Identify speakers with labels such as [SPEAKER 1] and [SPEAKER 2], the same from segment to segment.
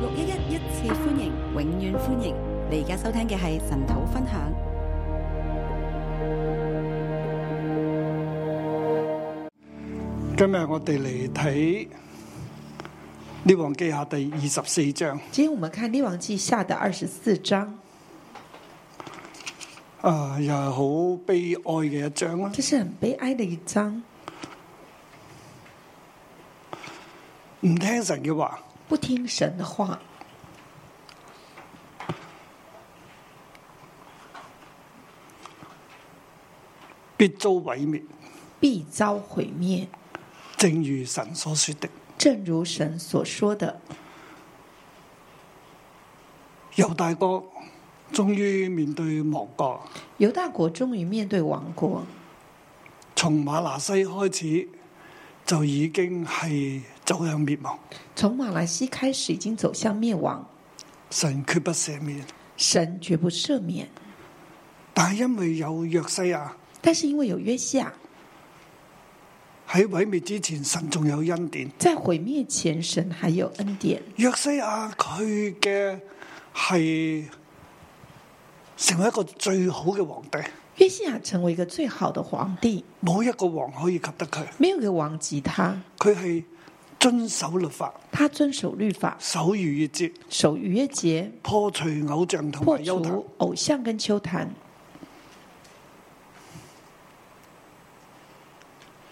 [SPEAKER 1] 六一一一次歡迎，永遠歡迎！你而家收聽嘅係神土分享。
[SPEAKER 2] 今日我哋嚟睇《列王記下》第二十四章。
[SPEAKER 3] 今天我们看《列王记下》的二十四章，
[SPEAKER 2] 啊，又係好悲哀嘅一章啦。
[SPEAKER 3] 这是很悲哀的一章。
[SPEAKER 2] 唔聽神嘅話，
[SPEAKER 3] 不听神的话，
[SPEAKER 2] 必遭毀滅，
[SPEAKER 3] 必遭毁灭，
[SPEAKER 2] 正如神所說的。
[SPEAKER 3] 正如神所说的。
[SPEAKER 2] 猶大國終於面對亡國，
[SPEAKER 3] 犹大国终于面对亡国，
[SPEAKER 2] 從馬拿西開始就已經係走向滅亡。
[SPEAKER 3] 从马来西开始已经走向灭亡，
[SPEAKER 2] 神決不赦免，
[SPEAKER 3] 神绝不赦免。
[SPEAKER 2] 但係因為有約西亞
[SPEAKER 3] 但是因为有约西亚，
[SPEAKER 2] 喺毀滅之前，神仲有恩典。
[SPEAKER 3] 在毁灭前，神还有恩典。
[SPEAKER 2] 約西亞佢嘅係成為一個最好嘅皇帝，
[SPEAKER 3] 约西亚成为一个最好的皇帝，
[SPEAKER 2] 冇一個王可以及得佢。
[SPEAKER 3] 没有一个王及他，
[SPEAKER 2] 佢係遵守律法，
[SPEAKER 3] 他遵守律法，
[SPEAKER 2] 守逾越節，
[SPEAKER 3] 守逾越节，
[SPEAKER 2] 破除偶像同
[SPEAKER 3] 破
[SPEAKER 2] 埋丘壇
[SPEAKER 3] 除。偶像跟丘坛。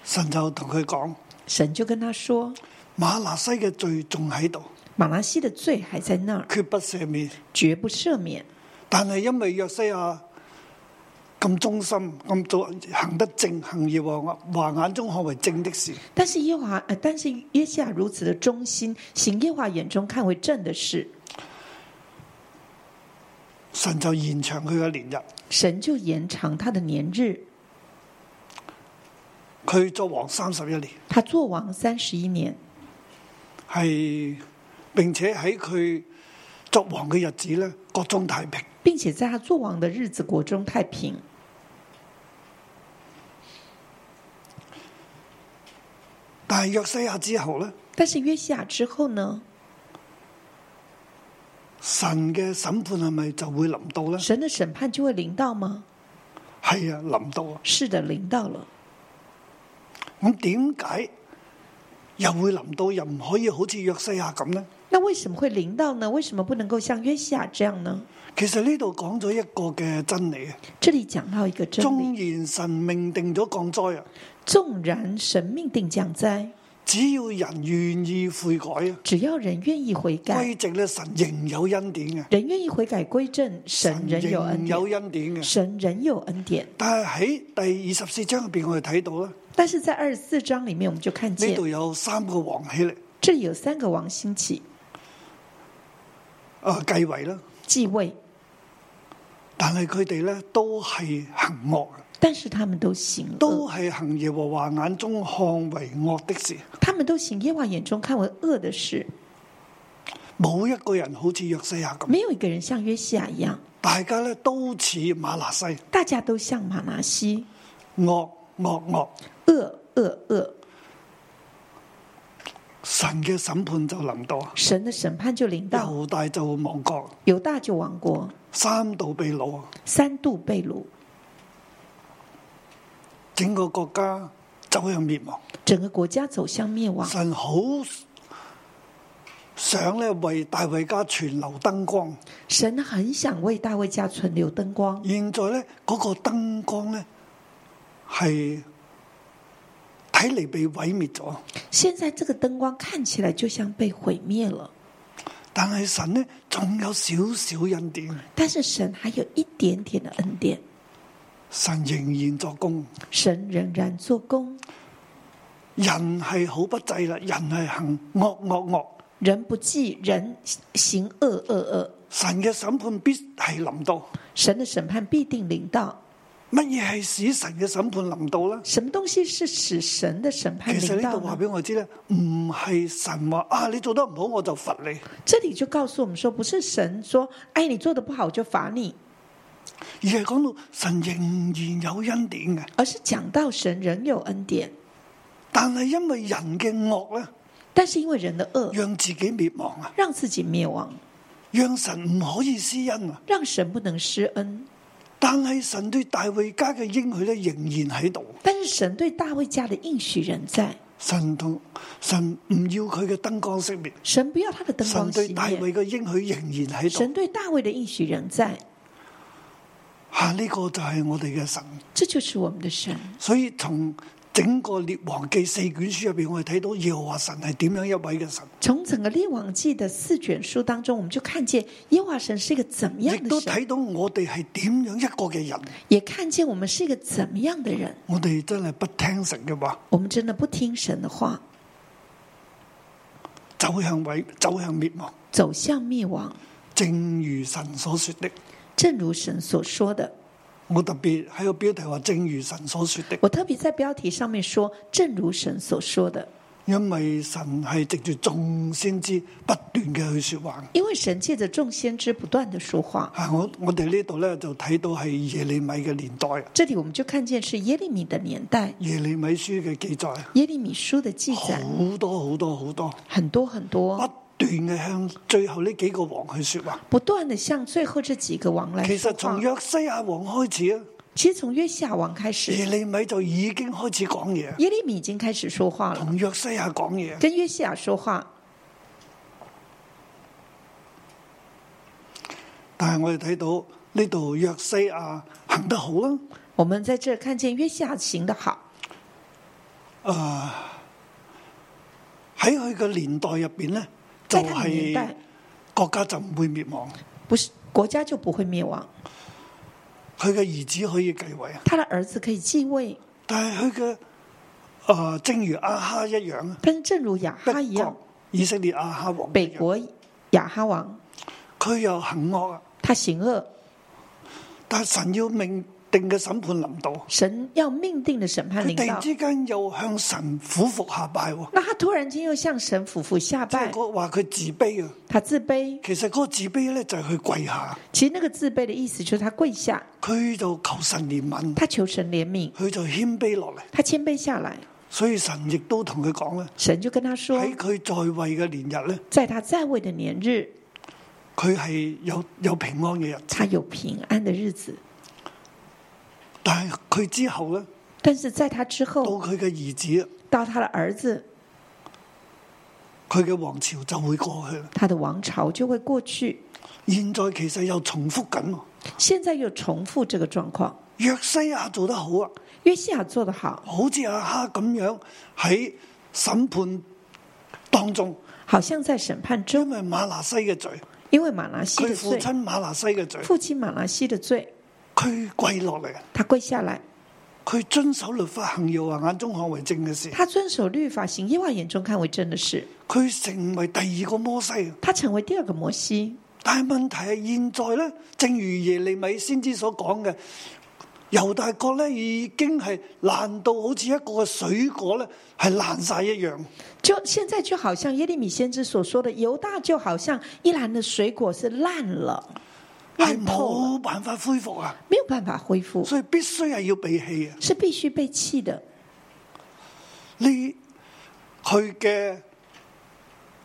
[SPEAKER 2] 神就同佢講：
[SPEAKER 3] 神就跟他说：
[SPEAKER 2] 馬拿西嘅罪仲喺度，
[SPEAKER 3] 马拉西的罪还在那儿，
[SPEAKER 2] 決不赦免。
[SPEAKER 3] 绝不赦免。
[SPEAKER 2] 但係因為約西亞咁忠心，咁做行得正，行耶和華眼中看為正的事，
[SPEAKER 3] 但是耶和华，呃但是耶西亚如此的忠心，行耶和华眼中看为正的事，
[SPEAKER 2] 神就延長佢嘅年日。
[SPEAKER 3] 神就延长他的年日。
[SPEAKER 2] 佢作王三十一年。
[SPEAKER 3] 他做王三十一年，
[SPEAKER 2] 係並且喺佢作王嘅日子咧，國中太平。
[SPEAKER 3] 并且在他做王的日子，国中太平。
[SPEAKER 2] 但係約西亞之後咧，
[SPEAKER 3] 但是约西亚之后呢，
[SPEAKER 2] 神嘅審判係咪就會臨到咧？
[SPEAKER 3] 神的审判就会临到吗？
[SPEAKER 2] 係啊，臨到啊！
[SPEAKER 3] 是的，临到了。
[SPEAKER 2] 咁點解又會臨到，又唔可以好似約西亞咁咧？
[SPEAKER 3] 那为什么会临到呢？为什么不能够像约西亚这样呢？
[SPEAKER 2] 其實呢度講咗一個嘅真理啊，
[SPEAKER 3] 这里讲到一个真理：
[SPEAKER 2] 縱然神命定咗降災啊，
[SPEAKER 3] 纵然神命定降灾，
[SPEAKER 2] 只要人願意悔改啊，
[SPEAKER 3] 只要人愿意悔改，
[SPEAKER 2] 歸正咧，神仍有恩典嘅，
[SPEAKER 3] 人愿意悔改归正，神
[SPEAKER 2] 神
[SPEAKER 3] 仍有恩
[SPEAKER 2] 仍有
[SPEAKER 3] 典，
[SPEAKER 2] 恩典嘅。
[SPEAKER 3] 神仍有恩典。
[SPEAKER 2] 但係喺第二十四章入邊，我哋睇到咧。
[SPEAKER 3] 但是在二十四章里面，我们就看
[SPEAKER 2] 呢
[SPEAKER 3] 见
[SPEAKER 2] 度有三個王起嚟，
[SPEAKER 3] 这里有三个王兴起
[SPEAKER 2] 啊繼位啦，
[SPEAKER 3] 继位，
[SPEAKER 2] 但係佢哋咧都係行惡，
[SPEAKER 3] 但是他们都行恶，
[SPEAKER 2] 都係行耶和華眼中看為惡的事，
[SPEAKER 3] 他们都行耶和华眼中看为恶的事，
[SPEAKER 2] 冇一個人好似約西亞咁，
[SPEAKER 3] 没有一个人像约西亚一样，
[SPEAKER 2] 大家咧都似馬拿西，
[SPEAKER 3] 大家都像马拿西，
[SPEAKER 2] 惡惡惡，
[SPEAKER 3] 恶恶恶，
[SPEAKER 2] 神嘅審判就臨到啊，
[SPEAKER 3] 神的审判就临到，
[SPEAKER 2] 猶大就亡國，
[SPEAKER 3] 犹大就亡国，
[SPEAKER 2] 三度被擄，
[SPEAKER 3] 三度被掳，
[SPEAKER 2] 整個國家走向滅亡，
[SPEAKER 3] 整个国家走向灭亡。
[SPEAKER 2] 神好。想咧為大衛家傳流燈光，
[SPEAKER 3] 神很想为大卫家存留灯光，
[SPEAKER 2] 現在咧嗰、個燈光咧係睇嚟被毀滅咗，
[SPEAKER 3] 现在这个灯光看起来就像被毁灭了，
[SPEAKER 2] 但係神咧仲有少少恩典，
[SPEAKER 3] 但是神还有一点点的恩典，
[SPEAKER 2] 神仍然作工。
[SPEAKER 3] 神仍然做工。
[SPEAKER 2] 人係好不濟啦，人係行惡惡惡，
[SPEAKER 3] 人不济，人行恶恶恶，
[SPEAKER 2] 神嘅審判必係臨到。
[SPEAKER 3] 神的审判必定临到。
[SPEAKER 2] 乜嘢係使神嘅審判臨到咧？
[SPEAKER 3] 什么东西是使神的审判
[SPEAKER 2] 其實呢
[SPEAKER 3] 临到
[SPEAKER 2] 度話
[SPEAKER 3] 呢？
[SPEAKER 2] 俾我知咧，唔係神話啊，你做得唔好我就罰你，
[SPEAKER 3] 这里就告诉我们说，不是神说，哎，你做的不好就罚你，
[SPEAKER 2] 而係講到神仍然有恩典嘅。
[SPEAKER 3] 而是讲到神仍有恩典，
[SPEAKER 2] 但係因為人嘅惡咧，
[SPEAKER 3] 但是因为人的恶，
[SPEAKER 2] 讓自己滅亡啊，
[SPEAKER 3] 让自己灭亡，
[SPEAKER 2] 讓神唔可以施恩啊。
[SPEAKER 3] 让神不能施恩。
[SPEAKER 2] 但係神對大衛家嘅應許咧仍然喺度，
[SPEAKER 3] 但是神對大卫家的应许仍在，
[SPEAKER 2] 神同神唔要佢嘅燈光熄滅，
[SPEAKER 3] 神不要他的灯
[SPEAKER 2] 神
[SPEAKER 3] 光
[SPEAKER 2] 對
[SPEAKER 3] 熄
[SPEAKER 2] 大衛
[SPEAKER 3] 灭。
[SPEAKER 2] 嘅應許仍然喺
[SPEAKER 3] 神
[SPEAKER 2] 度。
[SPEAKER 3] 对大卫的应许仍在，
[SPEAKER 2] 吓，啊呢個就係我哋嘅神。
[SPEAKER 3] 这就是我们的神。
[SPEAKER 2] 所以從整個列王記四卷書入边，我哋睇到耶和華神係點樣一位嘅神，
[SPEAKER 3] 从整个列王记的四卷书当中，我们就看见耶和华神是一个怎么样
[SPEAKER 2] 亦
[SPEAKER 3] 的
[SPEAKER 2] 都
[SPEAKER 3] 神，
[SPEAKER 2] 睇到我哋係點樣一個嘅人。
[SPEAKER 3] 也看见我们是一个怎么样的人。
[SPEAKER 2] 我哋真係不聽神嘅話，
[SPEAKER 3] 我们真的不听神的话，
[SPEAKER 2] 走向毀，走向滅亡。
[SPEAKER 3] 走向灭亡，
[SPEAKER 2] 正如神所說的，
[SPEAKER 3] 正如神所說的。
[SPEAKER 2] 我特別喺個標題話正如神所說的，
[SPEAKER 3] 我特别在标题上面说，正如神所说的，
[SPEAKER 2] 因為神係藉住眾先知不斷嘅去说話。
[SPEAKER 3] 因为神借着众先知不断的说话。
[SPEAKER 2] 啊，我我哋呢度咧就睇到係耶利米嘅年代，啊
[SPEAKER 3] 这里我们就看见是耶利米的年代，
[SPEAKER 2] 耶利米書嘅記載啊
[SPEAKER 3] 耶利米书的记载
[SPEAKER 2] 好多好多好多。
[SPEAKER 3] 很多很
[SPEAKER 2] 不
[SPEAKER 3] 多，
[SPEAKER 2] 斷嘅向最後呢幾個王去说話。
[SPEAKER 3] 不断的向最后这几个王来
[SPEAKER 2] 其
[SPEAKER 3] 说
[SPEAKER 2] 實
[SPEAKER 3] 话
[SPEAKER 2] 從。約西亞王開始啊，
[SPEAKER 3] 其实从约夏王开
[SPEAKER 2] 耶
[SPEAKER 3] 始，
[SPEAKER 2] 利米就已經開始講嘢，
[SPEAKER 3] 耶利米已经开始说话了，
[SPEAKER 2] 同約西亞講嘢。
[SPEAKER 3] 跟约西亚说话。
[SPEAKER 2] 但係我哋睇到呢度約西亞行得好啊啦，
[SPEAKER 3] 我们在这看见约西亚行得好，
[SPEAKER 2] 喺佢嘅年代入边呢，就
[SPEAKER 3] 在他的年
[SPEAKER 2] 係
[SPEAKER 3] 代，
[SPEAKER 2] 國家就唔會滅亡，
[SPEAKER 3] 不是国家就不会灭亡，
[SPEAKER 2] 佢嘅兒子可以繼位啊。
[SPEAKER 3] 他的儿子可以继位。
[SPEAKER 2] 但係佢嘅诶，正如阿哈一樣啊，
[SPEAKER 3] 但是正如亚哈一
[SPEAKER 2] 北
[SPEAKER 3] 样
[SPEAKER 2] 國，以色列阿哈王一樣，
[SPEAKER 3] 北国亚哈王
[SPEAKER 2] 佢又行惡啊，
[SPEAKER 3] 他行恶，
[SPEAKER 2] 但係神要命定嘅審判臨到。
[SPEAKER 3] 神要命定的审判
[SPEAKER 2] 佢
[SPEAKER 3] 领
[SPEAKER 2] 突然
[SPEAKER 3] 导。
[SPEAKER 2] 之間又向神俯伏下拜喎，
[SPEAKER 3] 那他突然间又向神俯伏下
[SPEAKER 2] 即係
[SPEAKER 3] 拜，
[SPEAKER 2] 嗰話佢自卑啊。
[SPEAKER 3] 他自卑。
[SPEAKER 2] 其實嗰個自卑咧就係佢跪下，
[SPEAKER 3] 其实那个自卑的意思就是他跪下，
[SPEAKER 2] 佢就求神憐憫，
[SPEAKER 3] 他求神怜悯，
[SPEAKER 2] 佢就謙卑落嚟。
[SPEAKER 3] 他谦卑下来。
[SPEAKER 2] 所以神亦都同佢講啊咧，
[SPEAKER 3] 神就跟他说，
[SPEAKER 2] 喺佢在位嘅年日咧，
[SPEAKER 3] 在他在位的年日，
[SPEAKER 2] 佢係有有平安嘅日子。
[SPEAKER 3] 他有平安的日子。
[SPEAKER 2] 但係佢之後咧，
[SPEAKER 3] 但是在他之
[SPEAKER 2] 到
[SPEAKER 3] 后，
[SPEAKER 2] 佢嘅兒子，
[SPEAKER 3] 到他的儿子，
[SPEAKER 2] 佢嘅王朝就會過去啦。
[SPEAKER 3] 他的王朝就会过去。
[SPEAKER 2] 現在其實又重複緊喎。
[SPEAKER 3] 现在又重复这个状况。
[SPEAKER 2] 約西亞做得好啊，
[SPEAKER 3] 约西亚做得好，
[SPEAKER 2] 好似阿哈咁樣喺審判當中。
[SPEAKER 3] 好像在审判中，
[SPEAKER 2] 因为马拿西嘅罪，
[SPEAKER 3] 因为马拿西
[SPEAKER 2] 佢
[SPEAKER 3] 的
[SPEAKER 2] 父
[SPEAKER 3] 罪，
[SPEAKER 2] 亲马拿西嘅罪，
[SPEAKER 3] 父亲马拿西的罪，
[SPEAKER 2] 佢跪落嚟，
[SPEAKER 3] 他跪下来，
[SPEAKER 2] 佢遵守律法行耶和華眼中看為正嘅事，
[SPEAKER 3] 他遵守律法，行耶和华眼中看为真的事，
[SPEAKER 2] 佢成為第二個摩西。啊
[SPEAKER 3] 他成为第二个摩西。
[SPEAKER 2] 但係問題係現在咧，正如耶利米先知所講嘅，猶大國咧已經係爛到好似一個水果咧係爛晒一樣，
[SPEAKER 3] 就现在就好像耶利米先知所说的，犹大就好像一篮的水果是烂了，
[SPEAKER 2] 係
[SPEAKER 3] 爛啊透了
[SPEAKER 2] 冇辦法恢復啊！
[SPEAKER 3] 没有办法恢复，
[SPEAKER 2] 所以必須係要被棄啊！
[SPEAKER 3] 是必须被弃的。
[SPEAKER 2] 呢佢嘅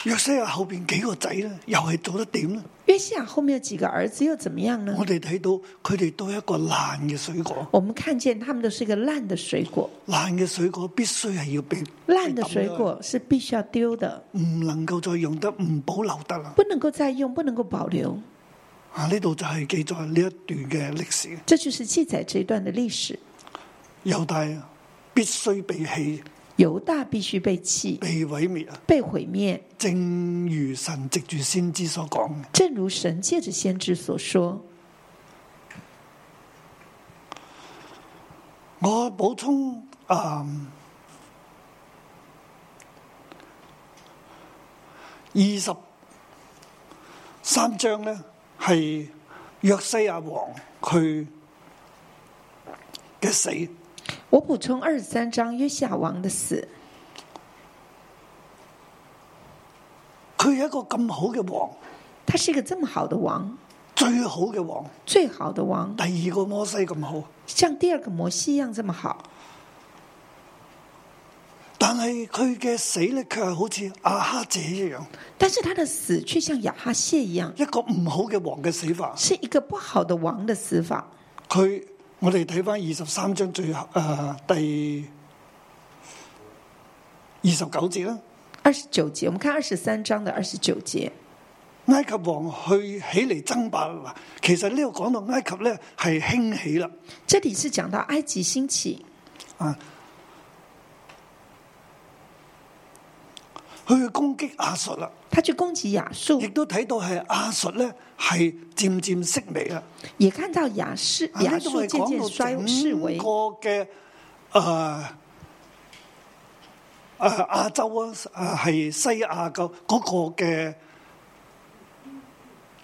[SPEAKER 2] 約西亞後邊幾個仔咧，又係做得點咧？
[SPEAKER 3] 约西亚后面的几个儿子又怎么样呢
[SPEAKER 2] 我？哋睇到佢哋都係一個爛嘅水果，
[SPEAKER 3] 我们看见他们都是一个烂的水果，
[SPEAKER 2] 爛嘅水果必須係要被
[SPEAKER 3] 烂的水，果是必须要丢的，
[SPEAKER 2] 被抌咗唔能夠再用得，唔保留得啦。
[SPEAKER 3] 不能够再用，不能够保留。
[SPEAKER 2] 啊，呢度就係記載呢一段嘅歷史，
[SPEAKER 3] 这就是记载这一段的历史。
[SPEAKER 2] 猶大啊必須被棄、
[SPEAKER 3] 犹大必须被弃，
[SPEAKER 2] 被毀滅啊！
[SPEAKER 3] 被毁灭，
[SPEAKER 2] 正如神藉住先知所講嘅，
[SPEAKER 3] 正如神借着先知所说。
[SPEAKER 2] 我補充啊。二十三章呢，係約西亞王佢嘅死，
[SPEAKER 3] 我补充二十三章约夏王的死，
[SPEAKER 2] 佢係一個咁好嘅王，
[SPEAKER 3] 他是一个这么好的王，
[SPEAKER 2] 最好嘅王，
[SPEAKER 3] 最好的王，
[SPEAKER 2] 第二個摩西咁好，
[SPEAKER 3] 像第二个摩西一样这么好，
[SPEAKER 2] 但但係佢嘅死咧，卻係好似亞哈謝一樣，
[SPEAKER 3] 但是他的死却像亚哈谢一样，
[SPEAKER 2] 一個唔好嘅王嘅死法。
[SPEAKER 3] 是一个不好的王的死法。
[SPEAKER 2] 佢我哋睇翻二十三章最後呃、第二十九節啦。
[SPEAKER 3] 二十九节，我们看二十三章的二十九节，
[SPEAKER 2] 埃及王去起嚟爭霸啦。其實呢度講到埃及咧係興起啦，
[SPEAKER 3] 这里是讲到埃及兴起，
[SPEAKER 2] 啊，佢去攻擊亞述啦，
[SPEAKER 3] 他去攻击亚述
[SPEAKER 2] 亦，都睇到係亞述咧係漸漸式微啦。
[SPEAKER 3] 也看到亚述
[SPEAKER 2] 啊
[SPEAKER 3] 亚
[SPEAKER 2] 呢度
[SPEAKER 3] 述
[SPEAKER 2] 係
[SPEAKER 3] 渐
[SPEAKER 2] 講
[SPEAKER 3] 渐
[SPEAKER 2] 到
[SPEAKER 3] 衰
[SPEAKER 2] 整
[SPEAKER 3] 势为
[SPEAKER 2] 個嘅誒誒亞洲啊，啊係西亞嘅嗰個嘅。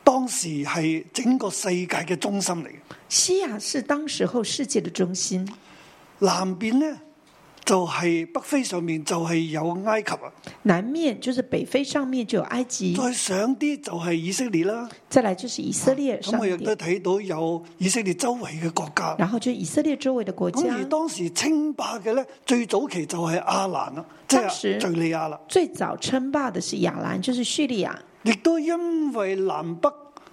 [SPEAKER 2] 當時係整個世界嘅中心嚟嘅，
[SPEAKER 3] 西亚是当时候世界的中心，
[SPEAKER 2] 南邊呢，就係、北非上面就係有埃及啊，
[SPEAKER 3] 南面就是北非上面就有埃及，
[SPEAKER 2] 再上啲就係以色列啦。
[SPEAKER 3] 再来就是以色列
[SPEAKER 2] 咁
[SPEAKER 3] 上
[SPEAKER 2] 我亦
[SPEAKER 3] 一
[SPEAKER 2] 都
[SPEAKER 3] 点，
[SPEAKER 2] 睇到有以色列周圍嘅國家。
[SPEAKER 3] 然后就以色列周围的国家
[SPEAKER 2] 咁。而當時稱霸嘅咧，最早期就係亞蘭啦，啊即
[SPEAKER 3] 當
[SPEAKER 2] 係
[SPEAKER 3] 時
[SPEAKER 2] 敍利亞啦。
[SPEAKER 3] 最早称霸的是亚兰，就是叙利亚。
[SPEAKER 2] 亦都因為南北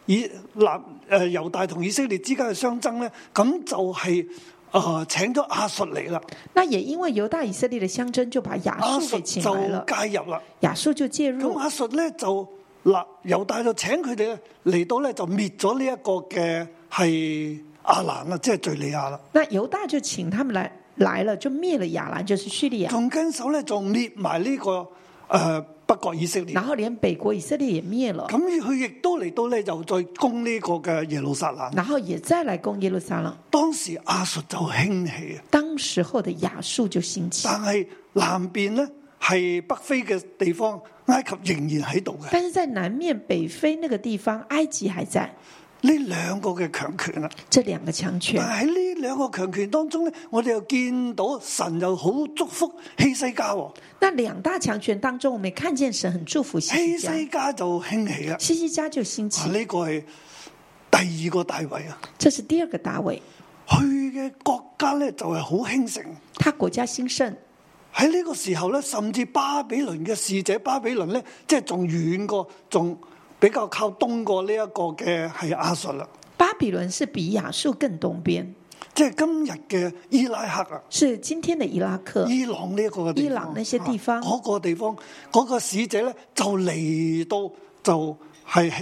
[SPEAKER 2] 以南誒猶、大同以色列之間嘅相爭咧，咁就係、啊請咗亞述嚟啦，
[SPEAKER 3] 那也因为犹大以色列的相争，就把亚
[SPEAKER 2] 亞
[SPEAKER 3] 述
[SPEAKER 2] 述就
[SPEAKER 3] 给请来了，
[SPEAKER 2] 介入啦。嗯
[SPEAKER 3] 亚述就介
[SPEAKER 2] 咁
[SPEAKER 3] 入。
[SPEAKER 2] 亞述咧就嗱猶大就請佢哋嚟到咧就滅咗呢一個嘅係亞蘭啦，即係敍利亞啦。
[SPEAKER 3] 那犹大就请他们来来了，就灭了亚兰，就是叙利亚，
[SPEAKER 2] 仲跟手咧仲滅埋呢、個誒、呃北國以色列。
[SPEAKER 3] 然后連北国以色列也灭了，
[SPEAKER 2] 咁佢亦都嚟到咧，又再攻呢個嘅耶路撒冷。
[SPEAKER 3] 然后也再来攻耶路撒冷。
[SPEAKER 2] 當時亞述就興起啊，
[SPEAKER 3] 当时候的亚述就兴起，
[SPEAKER 2] 但係南邊咧係北非嘅地方，埃及仍然喺度嘅。
[SPEAKER 3] 但是在南面北非那个地方，埃及还在。
[SPEAKER 2] 呢兩個嘅強權啊，
[SPEAKER 3] 这两个强权
[SPEAKER 2] 但，係喺呢兩個強權當中咧，我哋又見到神又好祝福希西家喎。
[SPEAKER 3] 那两大强权当中，我们也看见神很祝福西
[SPEAKER 2] 希
[SPEAKER 3] 西家，
[SPEAKER 2] 西家就興起啦。
[SPEAKER 3] 西西家就兴
[SPEAKER 2] 啊
[SPEAKER 3] 起，
[SPEAKER 2] 呢個係第二個大位啊，
[SPEAKER 3] 这是第二个大卫，
[SPEAKER 2] 佢嘅國家咧就係好興盛。
[SPEAKER 3] 他国家兴盛，
[SPEAKER 2] 喺呢個時候咧，甚至巴比倫嘅使者巴比倫咧，即係仲遠過，仲比較靠東過呢一個嘅係亞述啦，
[SPEAKER 3] 巴比伦是比亚述更东边，
[SPEAKER 2] 即係今日嘅伊拉克啊、
[SPEAKER 3] 是今天的伊拉克。
[SPEAKER 2] 伊朗呢一個嘅地方
[SPEAKER 3] 伊朗呢些地方
[SPEAKER 2] 啊嗰、個地方嗰、個使者咧就嚟到就係、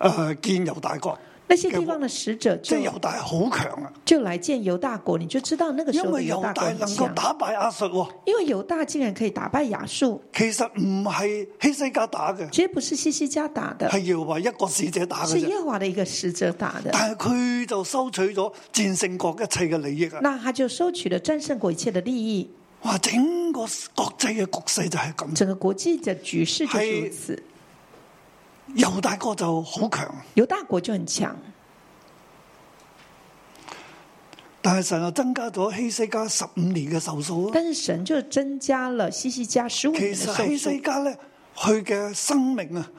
[SPEAKER 2] 誒、建猶大國，
[SPEAKER 3] 那些地方的使者
[SPEAKER 2] 即
[SPEAKER 3] 就
[SPEAKER 2] 係猶大好強啊，
[SPEAKER 3] 就来见犹大國，你就知道那个
[SPEAKER 2] 因
[SPEAKER 3] 时候的
[SPEAKER 2] 為
[SPEAKER 3] 犹
[SPEAKER 2] 猶
[SPEAKER 3] 大
[SPEAKER 2] 大
[SPEAKER 3] 國啊
[SPEAKER 2] 能夠
[SPEAKER 3] 很強。
[SPEAKER 2] 打敗亞述喎，
[SPEAKER 3] 因为犹大竟然可以打败亚述，
[SPEAKER 2] 其實唔係希西家打嘅，
[SPEAKER 3] 其实不是西西家打的，
[SPEAKER 2] 係耶和華一個使者打嘅
[SPEAKER 3] 是啊
[SPEAKER 2] 啫。
[SPEAKER 3] 耶和华的一个使者打的。
[SPEAKER 2] 但係佢就收取咗戰勝國一切嘅利益啊！
[SPEAKER 3] 那他就收取了战胜国一切的利益，
[SPEAKER 2] 哇，整個國際嘅局勢就係咁，
[SPEAKER 3] 整个国际的局势就是如此。
[SPEAKER 2] 猶大國就好強，
[SPEAKER 3] 犹大国就很强，
[SPEAKER 2] 但係神又增加咗希西家十五年嘅壽數啊！
[SPEAKER 3] 但是神就增加了西西家十五年
[SPEAKER 2] 其
[SPEAKER 3] 的
[SPEAKER 2] 實
[SPEAKER 3] 寿
[SPEAKER 2] 希
[SPEAKER 3] 数，
[SPEAKER 2] 西家咧，佢嘅生命啊，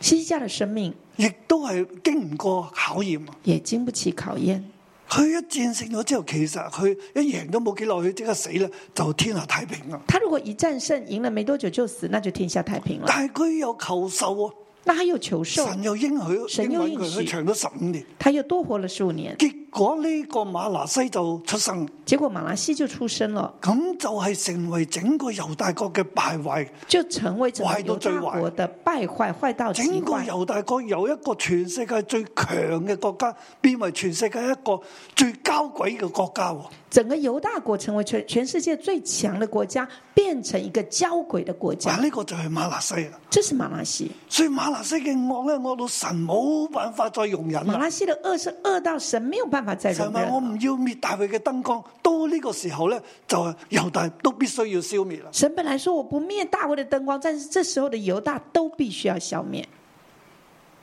[SPEAKER 3] 西西家的生命
[SPEAKER 2] 亦都係經唔過考驗啊！
[SPEAKER 3] 也經不起考驗。
[SPEAKER 2] 佢一戰勝咗之後，其實佢一贏都冇幾耐，佢即刻死啦，就天下太平啦。啊
[SPEAKER 3] 他如果一战胜，赢了没多久就死，那就天下太平了。
[SPEAKER 2] 但係佢又求壽啊，
[SPEAKER 3] 那他又求寿，
[SPEAKER 2] 神又應許
[SPEAKER 3] 神
[SPEAKER 2] 應
[SPEAKER 3] 又
[SPEAKER 2] 允
[SPEAKER 3] 應
[SPEAKER 2] 佢，
[SPEAKER 3] 許
[SPEAKER 2] 佢長咗十五年。
[SPEAKER 3] 他又多活了十五年，
[SPEAKER 2] 結果呢個馬拿西就出生。
[SPEAKER 3] 结果马拉西就出生了，
[SPEAKER 2] 咁就係成為整個猶大國嘅敗壞，
[SPEAKER 3] 就成为整
[SPEAKER 2] 坏到
[SPEAKER 3] 个犹
[SPEAKER 2] 最
[SPEAKER 3] 大
[SPEAKER 2] 坏
[SPEAKER 3] 国的败坏，坏到极
[SPEAKER 2] 整個
[SPEAKER 3] 坏。
[SPEAKER 2] 猶大國由一個全世界最強嘅國家，變為全世界一個最交鬼嘅國家喎。
[SPEAKER 3] 整个犹大国成为全全世界最强的国家，变成一个交鬼的国
[SPEAKER 2] 嗱，
[SPEAKER 3] 家。
[SPEAKER 2] 呢個就係馬拿西啦。
[SPEAKER 3] 这是马拉西，
[SPEAKER 2] 所以馬拿西嘅惡咧，惡到神冇辦法再容忍
[SPEAKER 3] 马
[SPEAKER 2] 啦。
[SPEAKER 3] 拉西的恶是恶到神没有办法再
[SPEAKER 2] 神
[SPEAKER 3] 容
[SPEAKER 2] 話
[SPEAKER 3] 忍
[SPEAKER 2] 我唔
[SPEAKER 3] 了。
[SPEAKER 2] 要滅大衛嘅燈光，到呢個時候咧，就係猶大都必須要消滅啦。
[SPEAKER 3] 神本来说我不灭大卫的灯光，但是这时候的犹大都必须要消灭。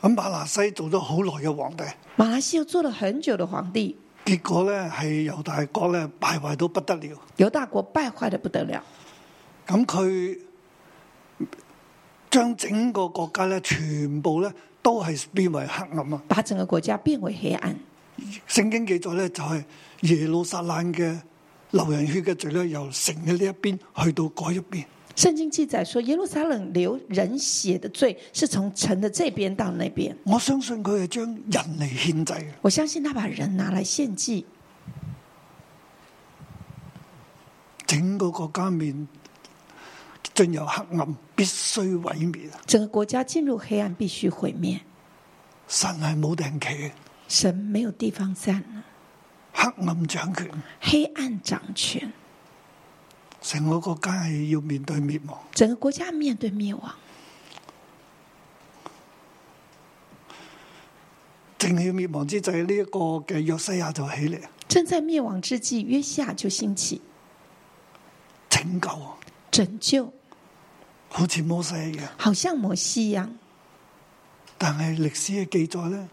[SPEAKER 2] 咁馬拿西做咗好耐嘅皇帝，
[SPEAKER 3] 马拉西又做了很久的皇帝，
[SPEAKER 2] 結果咧係猶大國咧敗壞到不得了。
[SPEAKER 3] 犹大国败坏的不得了，
[SPEAKER 2] 咁佢將整個國家咧，全部咧都係變為黑暗啊！
[SPEAKER 3] 把整个国家变为黑暗。
[SPEAKER 2] 聖經記載咧，就係耶路撒冷嘅流人血嘅罪咧，由城嘅呢一邊去到嗰一邊。
[SPEAKER 3] 圣经记载说，耶路撒冷流人血的罪是从城的这边到那边。
[SPEAKER 2] 我相信佢係將人嚟獻祭嘅。
[SPEAKER 3] 我相信他把人拿来献祭，
[SPEAKER 2] 整個國家面進入黑暗，必須毀滅啊！
[SPEAKER 3] 整个国家进入黑暗，必须毁灭。
[SPEAKER 2] 神係冇定期嘅，
[SPEAKER 3] 神没有地方站了，
[SPEAKER 2] 黑暗掌權，
[SPEAKER 3] 黑暗掌权，
[SPEAKER 2] 成個國家係要面對滅亡。
[SPEAKER 3] 整个国家面对灭亡。
[SPEAKER 2] 正要滅亡之際，呢、一個嘅約西亞就起嚟
[SPEAKER 3] 正在灭亡之际，约西亚就兴起
[SPEAKER 2] 拯救啊，
[SPEAKER 3] 拯救，
[SPEAKER 2] 好似摩西一樣。
[SPEAKER 3] 好像摩西一样。
[SPEAKER 2] 但係歷史嘅記載呢，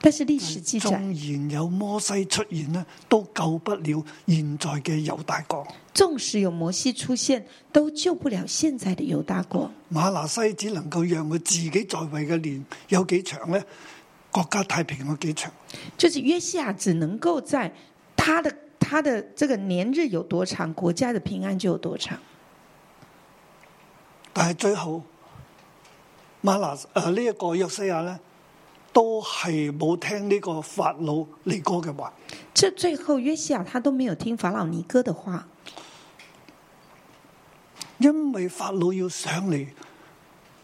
[SPEAKER 3] 但是历史记
[SPEAKER 2] 縱
[SPEAKER 3] 载，
[SPEAKER 2] 然有摩西出現呢，都救不了現在嘅猶大國。
[SPEAKER 3] 纵使有摩西出现，都救不了现在的犹大国。
[SPEAKER 2] 馬拿西只能夠讓佢自己在位嘅年有幾長呢？國家太平有幾長？
[SPEAKER 3] 就是约西亚只能够在他的他的这个年日有多长，国家的平安就有多长。
[SPEAKER 2] 但係最後馬拿誒呢一個約西亞呢，都係冇聽呢個法老尼哥嘅話，
[SPEAKER 3] 这最后约西亚他都没有听法老尼哥的话，
[SPEAKER 2] 因為法老要上嚟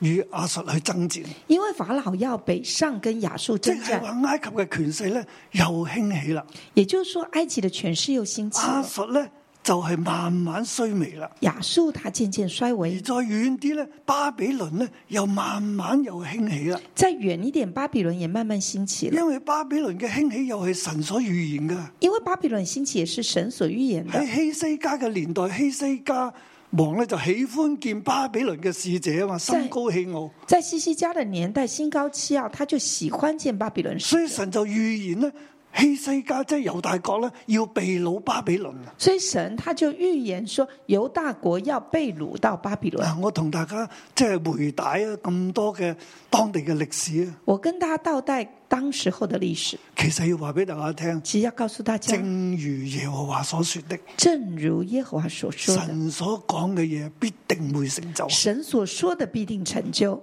[SPEAKER 2] 與亞述去爭戰，
[SPEAKER 3] 因为法老要北上跟亚述
[SPEAKER 2] 即
[SPEAKER 3] 征
[SPEAKER 2] 係
[SPEAKER 3] 战，
[SPEAKER 2] 話埃及嘅權勢呢又興起啦，
[SPEAKER 3] 也就是说埃及的权势又兴起
[SPEAKER 2] 亞
[SPEAKER 3] 了，
[SPEAKER 2] 述呢就係慢慢衰微啦。
[SPEAKER 3] 亚述它渐渐衰
[SPEAKER 2] 而
[SPEAKER 3] 微。
[SPEAKER 2] 再遠啲呢，巴比倫呢又慢慢又興起啦。
[SPEAKER 3] 再远一点，巴比伦也慢慢兴起了，
[SPEAKER 2] 因為巴比倫嘅興起又係神所預言嘅，
[SPEAKER 3] 因为巴比伦兴起也是神所预言的。
[SPEAKER 2] 喺希西家嘅年代，希西家王咧就喜歡見巴比倫嘅使者啊嘛，心高氣傲，
[SPEAKER 3] 在西西家的年代，心高气傲，他就喜欢见巴比伦
[SPEAKER 2] 所以神就預言呢，希西家即係猶大國咧要被擄巴比倫。
[SPEAKER 3] 所以神他就预言说，犹大国要被掳到巴比伦。
[SPEAKER 2] 嗱，我同大家即係回帶啊咁多嘅當地嘅歷史啊，
[SPEAKER 3] 我跟大家倒带当时候的历史，
[SPEAKER 2] 其實要話俾大家聽，
[SPEAKER 3] 其实要告诉大家，
[SPEAKER 2] 正如耶和華所說的，
[SPEAKER 3] 正如耶和华所说的，
[SPEAKER 2] 神所講嘅嘢必定會成就。
[SPEAKER 3] 神所说的必定成就。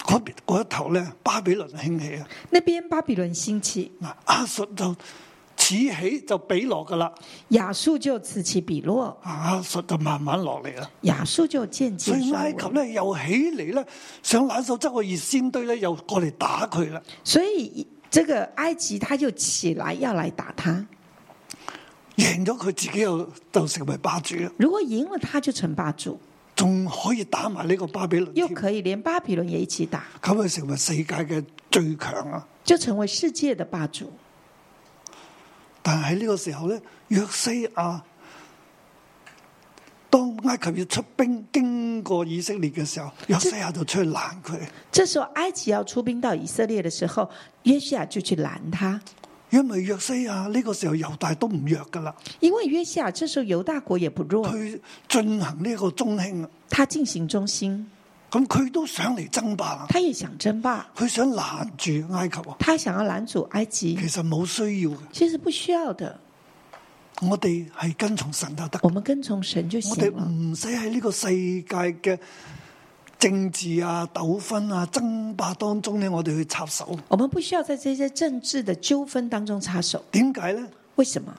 [SPEAKER 2] 嗰邊嗰一頭咧，巴比倫興起啊！
[SPEAKER 3] 那边巴比伦兴起，
[SPEAKER 2] 嗱，阿述就此起就比落噶啦，啊
[SPEAKER 3] 亚述就此起彼落，
[SPEAKER 2] 阿述就慢慢落嚟啦。
[SPEAKER 3] 亚述就渐
[SPEAKER 2] 所
[SPEAKER 3] 渐
[SPEAKER 2] 以
[SPEAKER 3] 衰
[SPEAKER 2] 埃及
[SPEAKER 3] 微。
[SPEAKER 2] 咧又起嚟咧，想攬手執個熱先堆咧，又過嚟打佢啦。
[SPEAKER 3] 所以这个埃及他就起来要来打他，
[SPEAKER 2] 贏咗佢自己又就成為霸主啦，
[SPEAKER 3] 如果赢了他就成霸主，
[SPEAKER 2] 仲可以打埋呢個巴比倫
[SPEAKER 3] 又
[SPEAKER 2] 添，
[SPEAKER 3] 可以连巴比伦也一起打，
[SPEAKER 2] 咁佢成為世界嘅最強啊！
[SPEAKER 3] 就成为世界的霸主。
[SPEAKER 2] 但係喺呢個時候咧，約西亞當埃及要出兵經過以色列嘅時候，約西亞就出去攔佢。
[SPEAKER 3] 这时候埃及要出兵到以色列的时候，约西亚就去拦他，
[SPEAKER 2] 因为约西亚呢个时候犹大都唔弱噶啦，
[SPEAKER 3] 因为约西亚这时候犹大国也不弱，
[SPEAKER 2] 佢进行呢个中兴啊，
[SPEAKER 3] 他进行中心，
[SPEAKER 2] 咁佢都想嚟争霸啦，
[SPEAKER 3] 他也想争霸，
[SPEAKER 2] 佢想拦住埃及啊，
[SPEAKER 3] 他想要拦阻埃
[SPEAKER 2] 其
[SPEAKER 3] 及，
[SPEAKER 2] 实冇需要嘅，
[SPEAKER 3] 其实不需要的，
[SPEAKER 2] 我哋系跟从神就得，
[SPEAKER 3] 我们跟从神就
[SPEAKER 2] 我哋
[SPEAKER 3] 行了，
[SPEAKER 2] 唔使喺呢个世界嘅政治啊、纠纷啊、争霸当中咧，我哋去插手。
[SPEAKER 3] 我们不需要在这些政治的纠纷当中插手。
[SPEAKER 2] 点解咧？
[SPEAKER 3] 为什么？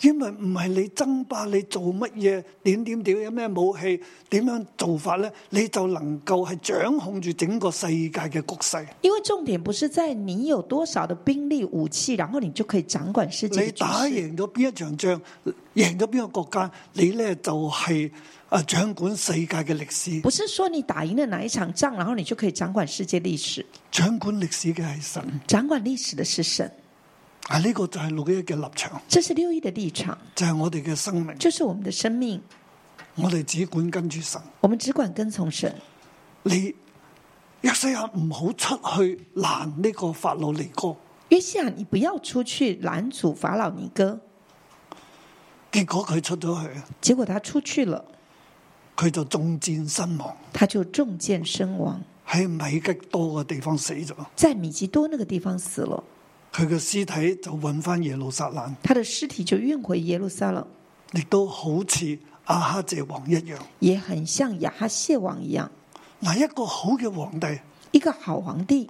[SPEAKER 2] 因为唔系你争霸，你做乜嘢点点点有咩武器，点样做法咧，你就能够系掌控住整个世界嘅局势。
[SPEAKER 3] 因为重点不是在你有多少的兵力武器，然后你就可以掌管世界
[SPEAKER 2] 你
[SPEAKER 3] 的局
[SPEAKER 2] 打
[SPEAKER 3] 势。
[SPEAKER 2] 贏咗邊一場仗，贏咗邊個國家，你咧就係啊掌管世界嘅歷史，
[SPEAKER 3] 不是说你打赢了哪一场仗，然后你就可以掌管世界历史。
[SPEAKER 2] 掌管歷史嘅係神
[SPEAKER 3] 掌管历史的是神，
[SPEAKER 2] 啊！呢、個就係六一嘅立場，
[SPEAKER 3] 这是六一的立场，
[SPEAKER 2] 就係我哋嘅生命，
[SPEAKER 3] 就是我们的生命，
[SPEAKER 2] 我哋只管跟住神。
[SPEAKER 3] 我们只管跟从神。
[SPEAKER 2] 你約西亞唔好出去攔呢個法老尼哥，
[SPEAKER 3] 约西亚，你不要出去拦阻法老尼哥。
[SPEAKER 2] 結果佢出咗去，
[SPEAKER 3] 结果他出去了，
[SPEAKER 2] 佢就中箭身亡，
[SPEAKER 3] 他就中箭身亡，
[SPEAKER 2] 喺米吉多嘅地方死咗。
[SPEAKER 3] 在米吉多那个地方死了。
[SPEAKER 2] 佢嘅屍體就運翻耶路撒冷，
[SPEAKER 3] 他的尸体就运回耶路撒冷，
[SPEAKER 2] 亦都好似阿哈謝王一樣。
[SPEAKER 3] 也很像亚哈谢王一样，
[SPEAKER 2] 嗱，一個好嘅皇帝，
[SPEAKER 3] 一个好皇帝，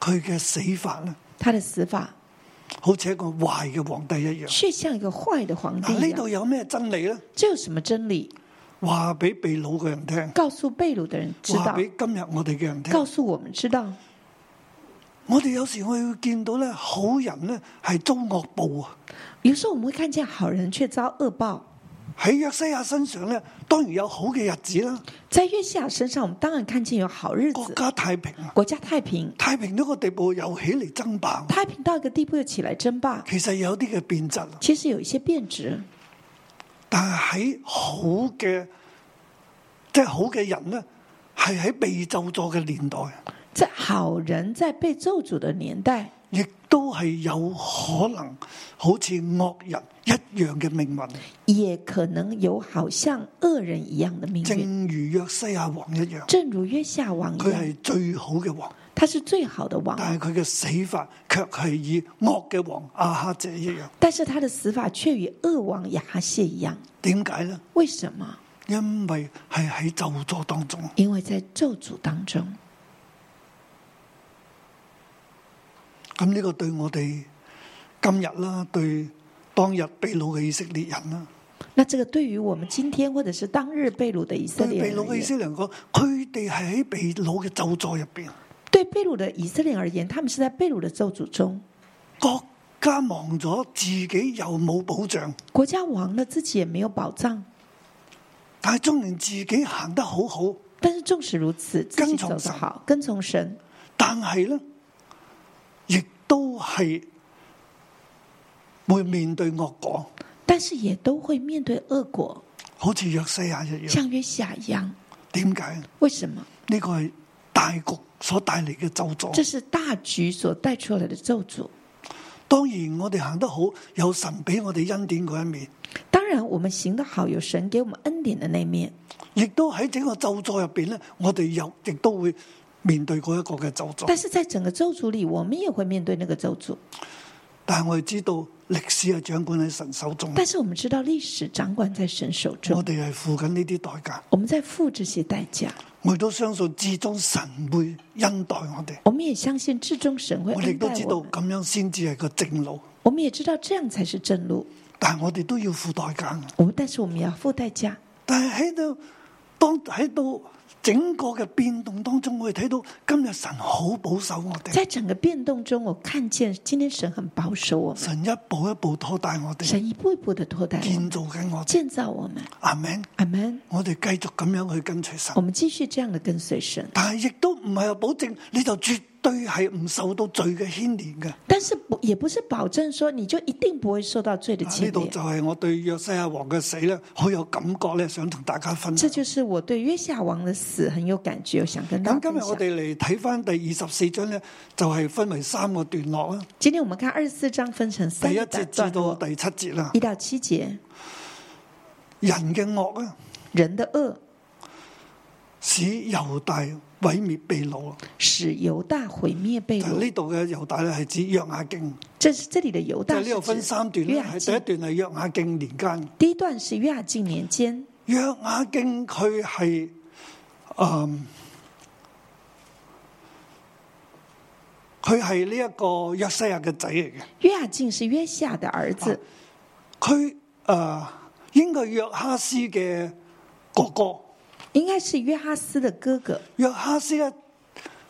[SPEAKER 2] 佢嘅死法咧，
[SPEAKER 3] 他的死法
[SPEAKER 2] 好似一個壞嘅皇帝一樣。
[SPEAKER 3] 却像一个坏的皇帝
[SPEAKER 2] 嗱，
[SPEAKER 3] 一
[SPEAKER 2] 呢度
[SPEAKER 3] 样。
[SPEAKER 2] 有咩真理咧？
[SPEAKER 3] 这有什么真理？
[SPEAKER 2] 話俾被掳嘅人聽，
[SPEAKER 3] 告诉被掳的人知
[SPEAKER 2] 話
[SPEAKER 3] 道，
[SPEAKER 2] 俾今日我哋嘅人聽。
[SPEAKER 3] 告诉我们知道。
[SPEAKER 2] 我哋有時我會見到咧，好人咧係遭惡報啊！
[SPEAKER 3] 有时候我们会看见好人却遭恶报。
[SPEAKER 2] 喺約西亞身上咧，當然有好嘅日子啦，
[SPEAKER 3] 在约西亚身上，我们当然看见有好日
[SPEAKER 2] 國
[SPEAKER 3] 子，
[SPEAKER 2] 家太平啊，
[SPEAKER 3] 国家太平，
[SPEAKER 2] 太平到一個地步又起嚟爭霸。
[SPEAKER 3] 太平到一个地步又起来争霸。
[SPEAKER 2] 其實有啲嘅變質，
[SPEAKER 3] 其实有一些变质，
[SPEAKER 2] 但係喺好嘅，即係好嘅人咧，係喺被咒詛嘅年代，啊
[SPEAKER 3] 在好人在被咒诅的年代，
[SPEAKER 2] 亦都係有可能好似惡人一樣嘅命運，啊
[SPEAKER 3] 也可能有好像恶人一样的命运，
[SPEAKER 2] 正如約西亞王一樣，
[SPEAKER 3] 正如约夏王一
[SPEAKER 2] 佢
[SPEAKER 3] 样，
[SPEAKER 2] 係最好嘅王。
[SPEAKER 3] 他是最好的王，
[SPEAKER 2] 但係佢嘅死法卻係以惡嘅王阿哈謝一樣。
[SPEAKER 3] 但是他的死法却与恶王亚哈谢一样。
[SPEAKER 2] 點解呢？
[SPEAKER 3] 为什么？
[SPEAKER 2] 因為係喺咒詛當中，
[SPEAKER 3] 因为在咒诅当中，
[SPEAKER 2] 咁呢個對我哋今日啦，對當日被掳嘅以色列人啦，
[SPEAKER 3] 那这个对于我们今天或者是当日被掳的以色
[SPEAKER 2] 對
[SPEAKER 3] 列
[SPEAKER 2] 被
[SPEAKER 3] 人
[SPEAKER 2] 掳
[SPEAKER 3] 而
[SPEAKER 2] 嘅以
[SPEAKER 3] 言，
[SPEAKER 2] 色列人講，佢哋係喺被掳嘅咒詛入邊，
[SPEAKER 3] 对被掳的以色列人而言，他们是在被掳的咒诅中，
[SPEAKER 2] 國家亡咗，自己又冇保障，
[SPEAKER 3] 国家亡了，自己也没有保障。
[SPEAKER 2] 但係縱然自己行得好好，
[SPEAKER 3] 但是纵使如此，自己
[SPEAKER 2] 跟从
[SPEAKER 3] 走得
[SPEAKER 2] 神
[SPEAKER 3] 好，跟从神，
[SPEAKER 2] 但係呢，亦都係會面對惡果，
[SPEAKER 3] 但是也都会面对恶果，
[SPEAKER 2] 好似約西亞一樣。
[SPEAKER 3] 像约西亚一样。
[SPEAKER 2] 點解？
[SPEAKER 3] 为什么？
[SPEAKER 2] 呢個係大局所帶嚟嘅咒詛。
[SPEAKER 3] 这是大局所带出来的咒诅。
[SPEAKER 2] 當然我哋行得好，有神俾我哋恩典嗰一面，
[SPEAKER 3] 当然，我们行得好，有神给我们恩典的那一面，
[SPEAKER 2] 亦都喺整個咒詛入边咧，我哋又亦都會面對嗰一個嘅咒詛。
[SPEAKER 3] 但是在整个咒诅里，我们也会面对那个咒诅。
[SPEAKER 2] 但係我哋知道歷史係掌管喺神手中，
[SPEAKER 3] 但是我们知道，历史掌管在神手
[SPEAKER 2] 我
[SPEAKER 3] 中，
[SPEAKER 2] 哋係付緊呢啲代價。
[SPEAKER 3] 我们在付这些代价。
[SPEAKER 2] 我亦都相信至終神會恩待我哋，
[SPEAKER 3] 我们也相信至终神会
[SPEAKER 2] 我哋
[SPEAKER 3] 恩
[SPEAKER 2] 亦都
[SPEAKER 3] 待
[SPEAKER 2] 知道
[SPEAKER 3] 我们，
[SPEAKER 2] 咁樣先至係個正路。
[SPEAKER 3] 我们也知道这样才是正路。
[SPEAKER 2] 但係我哋都要付代價。
[SPEAKER 3] 我们但是我们也要付代价。
[SPEAKER 2] 但係喺度，當喺度整個嘅變動當中，我哋睇到今日神好保守我哋。
[SPEAKER 3] 在整个变动中，我看见今天神很保守我们，
[SPEAKER 2] 神一步一步拖带我哋，
[SPEAKER 3] 神一步一步的脱单我
[SPEAKER 2] 建
[SPEAKER 3] 们，
[SPEAKER 2] 造紧我哋。
[SPEAKER 3] 建造我们。
[SPEAKER 2] 阿 man，
[SPEAKER 3] 阿门。
[SPEAKER 2] 我哋继续咁样去跟随神
[SPEAKER 3] 我，们继续这样的跟随神，
[SPEAKER 2] 但系亦都唔系有保证，你就绝对系唔受到罪嘅牵连嘅。
[SPEAKER 3] 但是不也不是保证说你就一定不会受到罪的
[SPEAKER 2] 啊嗱呢
[SPEAKER 3] 牵
[SPEAKER 2] 度
[SPEAKER 3] 连。
[SPEAKER 2] 就系我对约西亚王嘅死咧，好有感觉咧，想同大家分
[SPEAKER 3] 这
[SPEAKER 2] 享。
[SPEAKER 3] 就是我对约夏王的死很有感觉，我想跟大家
[SPEAKER 2] 咁今
[SPEAKER 3] 分
[SPEAKER 2] 日我
[SPEAKER 3] 享。
[SPEAKER 2] 哋嚟睇翻第二十四章咧，就系分为三个段落啦，
[SPEAKER 3] 今天我们看二十四章分成
[SPEAKER 2] 第
[SPEAKER 3] 三
[SPEAKER 2] 一
[SPEAKER 3] 个
[SPEAKER 2] 节
[SPEAKER 3] 段
[SPEAKER 2] 至到
[SPEAKER 3] 落，
[SPEAKER 2] 第七节啦。
[SPEAKER 3] 一到七节，
[SPEAKER 2] 人嘅恶啊，
[SPEAKER 3] 人的恶
[SPEAKER 2] 使犹大毁灭被掳。
[SPEAKER 3] 使犹大毁灭被
[SPEAKER 2] 就
[SPEAKER 3] 掳。
[SPEAKER 2] 呢度嘅犹大咧，系指约雅敬。
[SPEAKER 3] 这是这里的犹
[SPEAKER 2] 即係
[SPEAKER 3] 大
[SPEAKER 2] 呢
[SPEAKER 3] 是
[SPEAKER 2] 度分
[SPEAKER 3] 指
[SPEAKER 2] 三段
[SPEAKER 3] 约
[SPEAKER 2] 咧，
[SPEAKER 3] 雅
[SPEAKER 2] 係
[SPEAKER 3] 敬。
[SPEAKER 2] 第一段係約雅敬年間。
[SPEAKER 3] 第一段是约雅敬年间，
[SPEAKER 2] 約雅敬佢係嗯，佢係呢一個約西亞嘅仔嚟嘅。
[SPEAKER 3] 约雅敬是约夏的儿子，
[SPEAKER 2] 佢诶、呃、應該係約哈斯嘅哥哥。
[SPEAKER 3] 应该是约哈斯的哥哥。
[SPEAKER 2] 約哈斯咧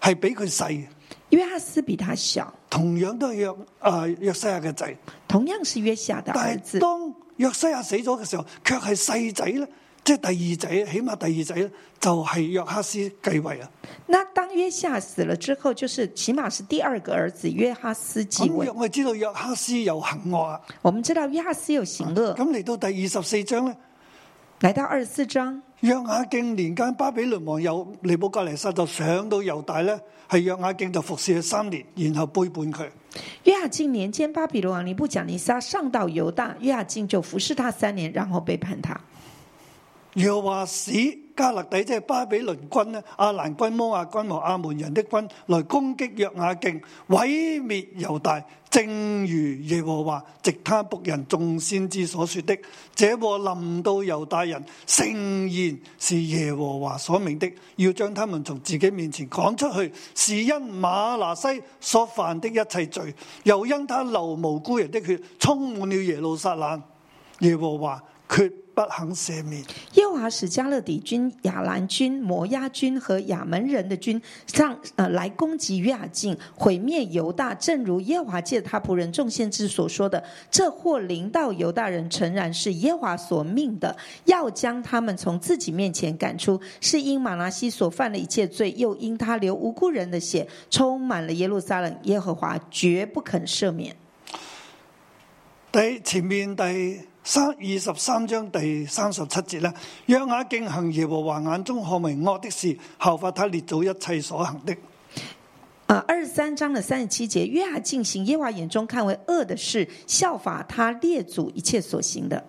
[SPEAKER 2] 係比佢細，
[SPEAKER 3] 约哈斯比他小，
[SPEAKER 2] 同樣都係約诶约西亞嘅仔。
[SPEAKER 3] 同样是约夏的儿
[SPEAKER 2] 但
[SPEAKER 3] 子
[SPEAKER 2] 係。當約西亞死咗嘅時候，卻係細仔咧，即係第二仔，起碼第二仔咧就係約哈斯繼位啊。
[SPEAKER 3] 那当约夏死了之后，就是起码是第二个儿子约哈斯继
[SPEAKER 2] 咁
[SPEAKER 3] 位
[SPEAKER 2] 約。我哋知道約哈斯有行惡啊，
[SPEAKER 3] 我们知道约哈斯有行恶，
[SPEAKER 2] 咁嚟到第二十四章咧，
[SPEAKER 3] 来到二十四章，
[SPEAKER 2] 約雅敬年間巴比倫王有尼布格尼撒就上到猶大咧，係約雅敬就服侍佢三年，然後背叛佢。
[SPEAKER 3] 约雅敬年间，巴比伦王尼布甲尼撒上到犹大，约雅敬就服侍他三年，然后背叛他。
[SPEAKER 2] 若話使加勒底即係巴比倫軍呢，亞蘭軍、摩亞軍和亞門人的軍來攻擊約雅敬，毀滅猶大，正如耶和華藉他僕人眾先知所說的，這禍臨到猶大人，誠然是耶和華所命的，要將他們從自己面前趕出去，是因馬拿西所犯的一切罪，又因他流無辜人的血，充滿了耶路撒冷。耶和華決不肯赦免。
[SPEAKER 3] 耶和华使加勒底军、亚兰军、摩押军和亚门人的军上呃来攻击约雅敬，毁灭犹大。正如耶和华借他仆人众先知所说的，这祸临到犹大人，诚然是耶和华所命的，要将他们从自己面前赶出，是因马拿西所犯的一切罪，又因他流无辜人的血，充满了耶路撒冷。耶和华绝不肯赦免。
[SPEAKER 2] 第前面第三二十三章第三十七節咧，約雅敬行耶和華眼中看為惡的事，效法他列祖一切所行的。
[SPEAKER 3] 呃，二十三章的三十七节，约雅进行耶和华眼中看为恶的事，效法他列祖一切所行的。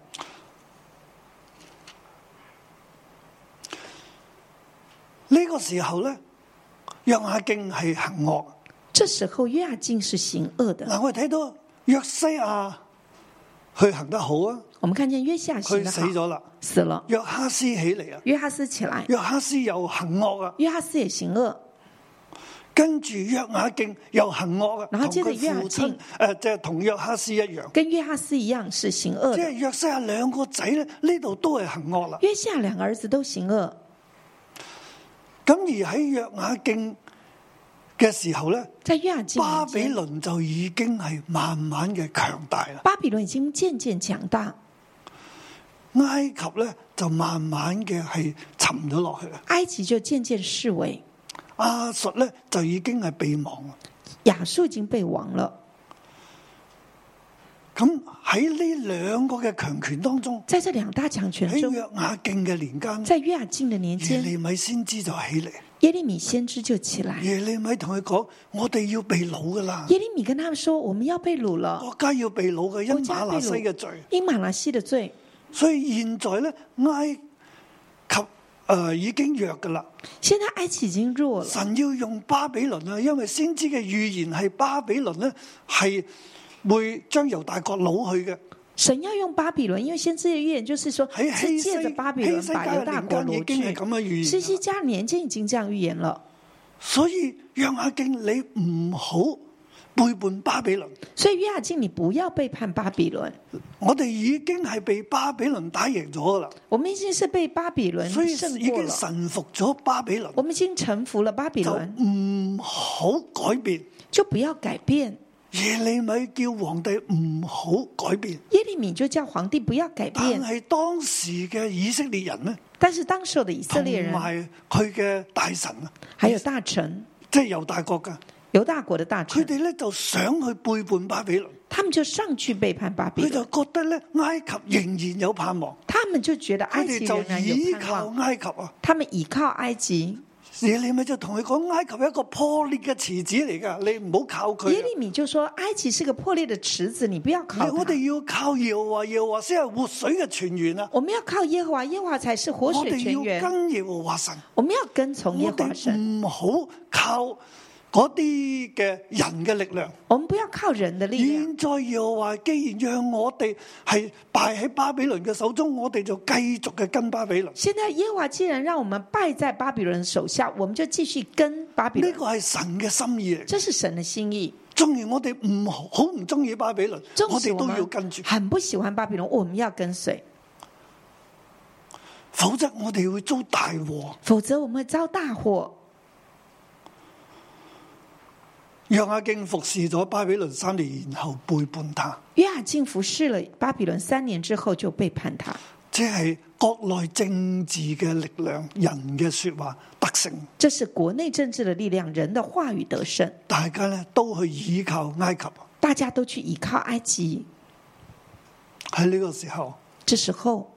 [SPEAKER 2] 呢、個時候咧，約雅敬係行惡。
[SPEAKER 3] 这时候约雅进是行恶的。
[SPEAKER 2] 嗱，我哋睇到約西亞佢行得好啊，
[SPEAKER 3] 我们看见约西亚行
[SPEAKER 2] 佢
[SPEAKER 3] 的
[SPEAKER 2] 死
[SPEAKER 3] 好，
[SPEAKER 2] 咗啦。
[SPEAKER 3] 死了。
[SPEAKER 2] 約哈斯起嚟啊，
[SPEAKER 3] 约哈斯起来，
[SPEAKER 2] 約哈斯又行惡啊，
[SPEAKER 3] 约哈斯也行恶，
[SPEAKER 2] 跟住約雅敬又行惡啊，同
[SPEAKER 3] 然後接
[SPEAKER 2] 佢
[SPEAKER 3] 着約雅
[SPEAKER 2] 父親
[SPEAKER 3] 敬
[SPEAKER 2] 誒即係同約哈斯一樣。
[SPEAKER 3] 跟约哈斯一样是行恶
[SPEAKER 2] 即
[SPEAKER 3] 的。
[SPEAKER 2] 係約西亞兩個仔咧，呢度都係行惡啦。
[SPEAKER 3] 约西亚两个儿子都行恶，
[SPEAKER 2] 咁而喺約雅敬嘅時候咧，
[SPEAKER 3] 在约雅进
[SPEAKER 2] 巴
[SPEAKER 3] 年
[SPEAKER 2] 比
[SPEAKER 3] 间，
[SPEAKER 2] 倫就已經係慢慢嘅強大啦。
[SPEAKER 3] 巴比伦已经渐渐强大，
[SPEAKER 2] 埃及咧就慢慢嘅係沉咗落去啦。
[SPEAKER 3] 埃及就渐渐式微，
[SPEAKER 2] 亞述咧就已經係被亡啦。
[SPEAKER 3] 亚述已经被亡了。
[SPEAKER 2] 咁喺呢兩個嘅強權當中，
[SPEAKER 3] 在这两大强权
[SPEAKER 2] 喺
[SPEAKER 3] 中，
[SPEAKER 2] 約雅敬嘅年間，
[SPEAKER 3] 在约雅进的年
[SPEAKER 2] 哎耶
[SPEAKER 3] 间，
[SPEAKER 2] 利米先知就起嚟。
[SPEAKER 3] 耶利米先知就起来。
[SPEAKER 2] 耶利米同佢講：我哋要被掳噶啦，
[SPEAKER 3] 耶利米跟他们说：“我们要被掳了，
[SPEAKER 2] 國家要被掳嘅，因
[SPEAKER 3] 國家
[SPEAKER 2] 馬
[SPEAKER 3] 被
[SPEAKER 2] 拿西
[SPEAKER 3] 擄
[SPEAKER 2] 嘅罪。
[SPEAKER 3] 因马拉西的罪。
[SPEAKER 2] 所以現在咧，埃及誒、呃已經弱噶啦，
[SPEAKER 3] 现在埃及已经弱了，
[SPEAKER 2] 神要用巴比倫啊，因為先知嘅預言係巴比倫咧係會將猶大國攞去嘅。
[SPEAKER 3] 神要用巴比伦，因为先知的预言就是说，
[SPEAKER 2] 喺
[SPEAKER 3] 是
[SPEAKER 2] 希西
[SPEAKER 3] 借着巴比
[SPEAKER 2] 希
[SPEAKER 3] 伦
[SPEAKER 2] 西
[SPEAKER 3] 把
[SPEAKER 2] 家
[SPEAKER 3] 犹
[SPEAKER 2] 嘅
[SPEAKER 3] 大
[SPEAKER 2] 年
[SPEAKER 3] 国
[SPEAKER 2] 間已
[SPEAKER 3] 掳
[SPEAKER 2] 經係咁嘅
[SPEAKER 3] 去。
[SPEAKER 2] 預
[SPEAKER 3] 西
[SPEAKER 2] 言
[SPEAKER 3] 西
[SPEAKER 2] 㗎啦。
[SPEAKER 3] 家年间已经这样预言了，
[SPEAKER 2] 所以讓阿敬你唔好背叛巴比倫，
[SPEAKER 3] 所以约雅敬，你不要背叛巴比伦。
[SPEAKER 2] 我哋已經係被巴比倫打贏咗噶啦，
[SPEAKER 3] 我们已經是被巴比伦
[SPEAKER 2] 所以
[SPEAKER 3] 胜
[SPEAKER 2] 已
[SPEAKER 3] 过
[SPEAKER 2] 經
[SPEAKER 3] 了，
[SPEAKER 2] 臣服咗巴比倫，
[SPEAKER 3] 我们已经臣服了巴比
[SPEAKER 2] 就
[SPEAKER 3] 伦，
[SPEAKER 2] 唔好改變。
[SPEAKER 3] 就不要改变。
[SPEAKER 2] 耶利米叫皇帝唔好改變。
[SPEAKER 3] 耶利米就叫皇帝不要改
[SPEAKER 2] 但
[SPEAKER 3] 变，
[SPEAKER 2] 係當時嘅以色列人呢，
[SPEAKER 3] 但是当时的以色
[SPEAKER 2] 同
[SPEAKER 3] 列人
[SPEAKER 2] 埋佢嘅大臣啊，
[SPEAKER 3] 还有大臣
[SPEAKER 2] 即係猶大國噶，
[SPEAKER 3] 犹大国的大
[SPEAKER 2] 佢
[SPEAKER 3] 臣，
[SPEAKER 2] 哋咧就想去背叛巴比倫，
[SPEAKER 3] 他们就上去背叛巴比
[SPEAKER 2] 佢就
[SPEAKER 3] 伦，
[SPEAKER 2] 覺得咧埃及仍然有盼望，
[SPEAKER 3] 他们就觉得
[SPEAKER 2] 佢
[SPEAKER 3] 埃
[SPEAKER 2] 哋
[SPEAKER 3] 及仍
[SPEAKER 2] 就
[SPEAKER 3] 然
[SPEAKER 2] 依
[SPEAKER 3] 有盼
[SPEAKER 2] 靠
[SPEAKER 3] 望，
[SPEAKER 2] 埃及啊。
[SPEAKER 3] 他们倚靠埃及。
[SPEAKER 2] 耶利米就同佢講：埃及係一個破裂嘅池子嚟噶，你唔好靠佢
[SPEAKER 3] 耶
[SPEAKER 2] 啊。
[SPEAKER 3] 利米就说：“埃及是个破裂的池子，你不要靠啊
[SPEAKER 2] 我
[SPEAKER 3] 它。
[SPEAKER 2] 哋要靠耶和華，耶和華先係活水嘅泉源啊！
[SPEAKER 3] 我们要靠耶和华，耶和华才是活
[SPEAKER 2] 我
[SPEAKER 3] 水
[SPEAKER 2] 哋
[SPEAKER 3] 泉
[SPEAKER 2] 要
[SPEAKER 3] 源。
[SPEAKER 2] 跟耶和華神，
[SPEAKER 3] 我们要跟从耶
[SPEAKER 2] 我
[SPEAKER 3] 和
[SPEAKER 2] 哋
[SPEAKER 3] 华神，
[SPEAKER 2] 唔好靠嗰啲嘅人嘅力量。
[SPEAKER 3] 我们不要靠人的力量。
[SPEAKER 2] 現在又話，既然讓我哋係敗喺巴比倫嘅手中，我哋就繼續嘅跟巴比倫。
[SPEAKER 3] 现在耶和华既然让我们败在巴比伦手下，我们就继续跟巴比
[SPEAKER 2] 呢
[SPEAKER 3] 伦。
[SPEAKER 2] 個係神嘅心意嚟。
[SPEAKER 3] 这是神的心意。
[SPEAKER 2] 縱然我哋唔好好唔中意巴比倫，
[SPEAKER 3] 纵
[SPEAKER 2] 我
[SPEAKER 3] 使
[SPEAKER 2] 哋
[SPEAKER 3] 我
[SPEAKER 2] 都要
[SPEAKER 3] 们
[SPEAKER 2] 跟住，
[SPEAKER 3] 很不喜欢巴比伦，我们要跟随，
[SPEAKER 2] 否則我哋會遭大禍。
[SPEAKER 3] 否则我们会遭大祸。
[SPEAKER 2] 讓阿敬服侍咗巴比倫三年，然後背叛他，
[SPEAKER 3] 约雅敬服侍了巴比伦三年之后，就背叛他。
[SPEAKER 2] 即係國內政治嘅力量、人嘅说話得勝，
[SPEAKER 3] 这是国内政治的力量，人的话语得胜，
[SPEAKER 2] 大家咧都去倚靠埃及。
[SPEAKER 3] 大家都去倚靠埃及。
[SPEAKER 2] 喺呢個時候，
[SPEAKER 3] 这时候，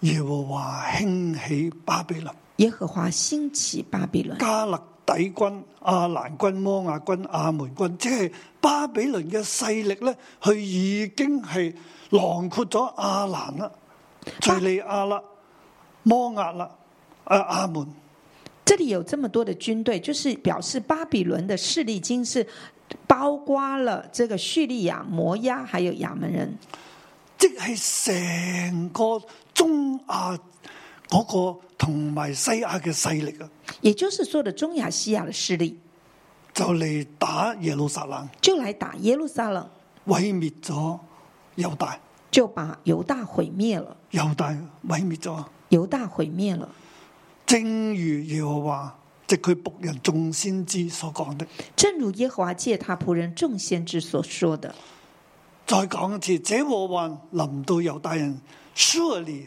[SPEAKER 2] 耶和華興起巴比倫。
[SPEAKER 3] 耶和华兴起巴比伦，
[SPEAKER 2] 加勒底軍、亞蘭軍、摩亞軍、亞門軍，即係巴比倫嘅勢力咧，佢已經係囊括咗亞蘭啦、敍利亞啦、摩押啦，誒、亞門。
[SPEAKER 3] 这里有这么多的军队，就是表示巴比伦的势力已经是包括了这个叙利亚、摩押还有亚门人，
[SPEAKER 2] 即係成個中亞嗰個同埋西亞嘅勢力啊，
[SPEAKER 3] 也就是所有的中亚、西亚的势力，
[SPEAKER 2] 就嚟打耶路撒冷，
[SPEAKER 3] 就来打耶路撒冷，
[SPEAKER 2] 毀滅咗猶大，
[SPEAKER 3] 就把犹大毁灭了，
[SPEAKER 2] 猶大毀滅咗。
[SPEAKER 3] 犹大毁灭了。
[SPEAKER 2] 正如耶和華即佢仆人眾先知所講的，
[SPEAKER 3] 正如耶和华借他仆人众先知所说的，
[SPEAKER 2] 再講一次，這禍患臨到猶大人，surely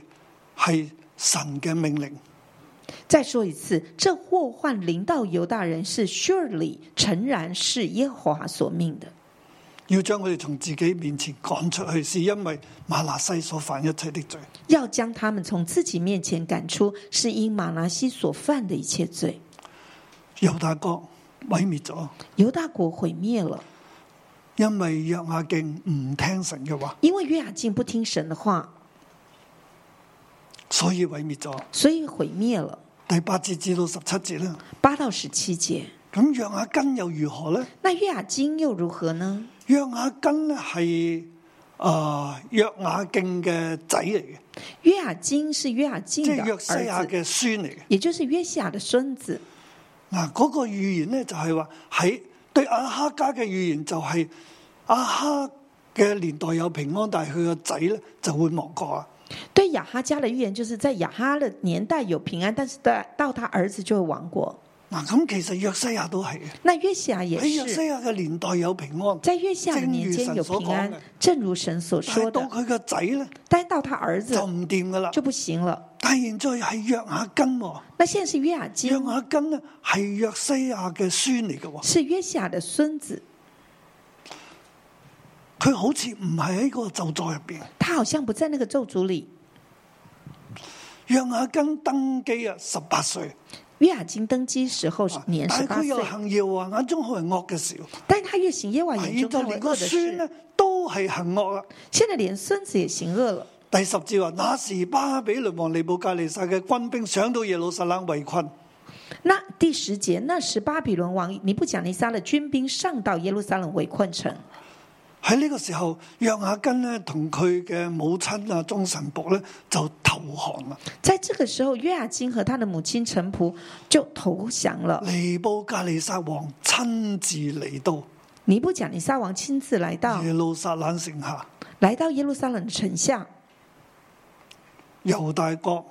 [SPEAKER 2] 係神嘅命令。
[SPEAKER 3] 再说一次，这祸患临到犹大人是 surely 诚然是耶和华所命的，
[SPEAKER 2] 要將佢哋從自己面前趕出去，是因為馬拿西所犯一切的罪。
[SPEAKER 3] 要将他们从自己面前赶出，是因马拿西所犯的一切罪。
[SPEAKER 2] 猶大國毀滅咗，
[SPEAKER 3] 犹大国毁灭了，
[SPEAKER 2] 因為約雅敬唔聽神嘅話，
[SPEAKER 3] 因为约雅敬不听神的话，
[SPEAKER 2] 所以毀滅咗。
[SPEAKER 3] 所以毁灭了。
[SPEAKER 2] 第八節至到十七節啦，
[SPEAKER 3] 八到十七节，
[SPEAKER 2] 咁約雅根又如何呢？
[SPEAKER 3] 那约雅金又如何呢？
[SPEAKER 2] 約雅根咧係啊約雅敬嘅仔嚟嘅，
[SPEAKER 3] 约雅金是约雅敬
[SPEAKER 2] 即
[SPEAKER 3] 的
[SPEAKER 2] 係
[SPEAKER 3] 儿
[SPEAKER 2] 約西亞
[SPEAKER 3] 子，
[SPEAKER 2] 嘅孫嚟嘅。
[SPEAKER 3] 也就是约西亚的孙子。
[SPEAKER 2] 嗱，嗰個預言咧就係話喺對阿哈家嘅預言就係、阿哈嘅年代有平安，但係佢個仔咧就會亡國啊。
[SPEAKER 3] 对雅哈家的预言，就是在雅哈的年代有平安，但是到到他儿子就会亡国。
[SPEAKER 2] 嗱，咁其實約西亞都係嘅，
[SPEAKER 3] 那约西亚也
[SPEAKER 2] 喺約西
[SPEAKER 3] 是，
[SPEAKER 2] 亞嘅年代有平安，
[SPEAKER 3] 在约西亚的年间有平安，正如神所
[SPEAKER 2] 但係
[SPEAKER 3] 说
[SPEAKER 2] 到
[SPEAKER 3] 的。哎
[SPEAKER 2] 佢個仔咧
[SPEAKER 3] 但是到他儿子
[SPEAKER 2] 就唔掂噶啦。
[SPEAKER 3] 就不行了。
[SPEAKER 2] 但係現在係約雅根喎，
[SPEAKER 3] 那现在是约雅
[SPEAKER 2] 約
[SPEAKER 3] 金，
[SPEAKER 2] 雅根咧係約西亞嘅孫嚟嘅喎，
[SPEAKER 3] 是约西亚的孙子，
[SPEAKER 2] 佢好似唔係喺嗰個咒座入邊。
[SPEAKER 3] 他好像不在那个咒诅里。
[SPEAKER 2] 約雅根登基啊，十八歲，
[SPEAKER 3] 约雅金登基时候是
[SPEAKER 2] 啊
[SPEAKER 3] 年十
[SPEAKER 2] 但係
[SPEAKER 3] 八
[SPEAKER 2] 佢
[SPEAKER 3] 岁
[SPEAKER 2] 又，行耶和華眼中好人惡嘅事。啊
[SPEAKER 3] 但是他越行耶和华眼
[SPEAKER 2] 現
[SPEAKER 3] 中
[SPEAKER 2] 在
[SPEAKER 3] 看为
[SPEAKER 2] 連
[SPEAKER 3] 恶
[SPEAKER 2] 個
[SPEAKER 3] 的
[SPEAKER 2] 孫
[SPEAKER 3] 事，
[SPEAKER 2] 咧都係行惡啦。
[SPEAKER 3] 现在连孙子也行恶了。
[SPEAKER 2] 第十節話：那時巴比倫王尼布甲尼撒嘅軍兵上到耶路撒冷圍困，
[SPEAKER 3] 那第十节，那时巴比伦王尼布甲尼撒的军兵上到耶路撒冷围困城。
[SPEAKER 2] 喺呢個時候，約雅根咧同佢嘅母親啊忠臣仆咧就投降啦。
[SPEAKER 3] 在这个时候，约雅金和他的母亲臣仆就投降了。
[SPEAKER 2] 尼布甲尼撒王親自嚟到
[SPEAKER 3] 尼布甲尼撒王亲自来到，
[SPEAKER 2] 耶路撒冷城下，
[SPEAKER 3] 来到耶路撒冷城下，
[SPEAKER 2] 猶大國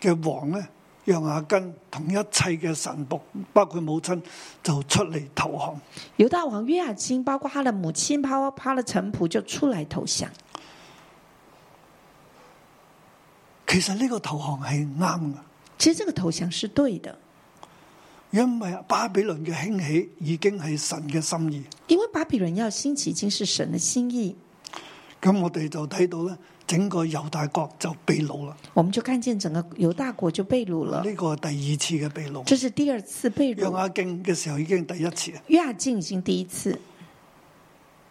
[SPEAKER 2] 嘅王咧約雅根同一切嘅臣仆，包括母親，就出嚟投降。
[SPEAKER 3] 犹大王约雅金，包括他的母亲，包括他的臣仆，就出来投降。
[SPEAKER 2] 其實呢個投降係啱嘅。
[SPEAKER 3] 其实这个投降是对的，
[SPEAKER 2] 因为巴比伦嘅兴起已经系神嘅心意，
[SPEAKER 3] 因为巴比伦要兴起已经是神的心意。
[SPEAKER 2] 咁我哋就睇到咧，整个犹大国就被掳啦。
[SPEAKER 3] 我们就看见整个犹大国就被掳了，
[SPEAKER 2] 呢个系第二次嘅被
[SPEAKER 3] 这
[SPEAKER 2] 掳，
[SPEAKER 3] 是第二次被
[SPEAKER 2] 约
[SPEAKER 3] 掳。
[SPEAKER 2] 雅敬嘅时候已经第一次啊。
[SPEAKER 3] 约雅敬已经第一次，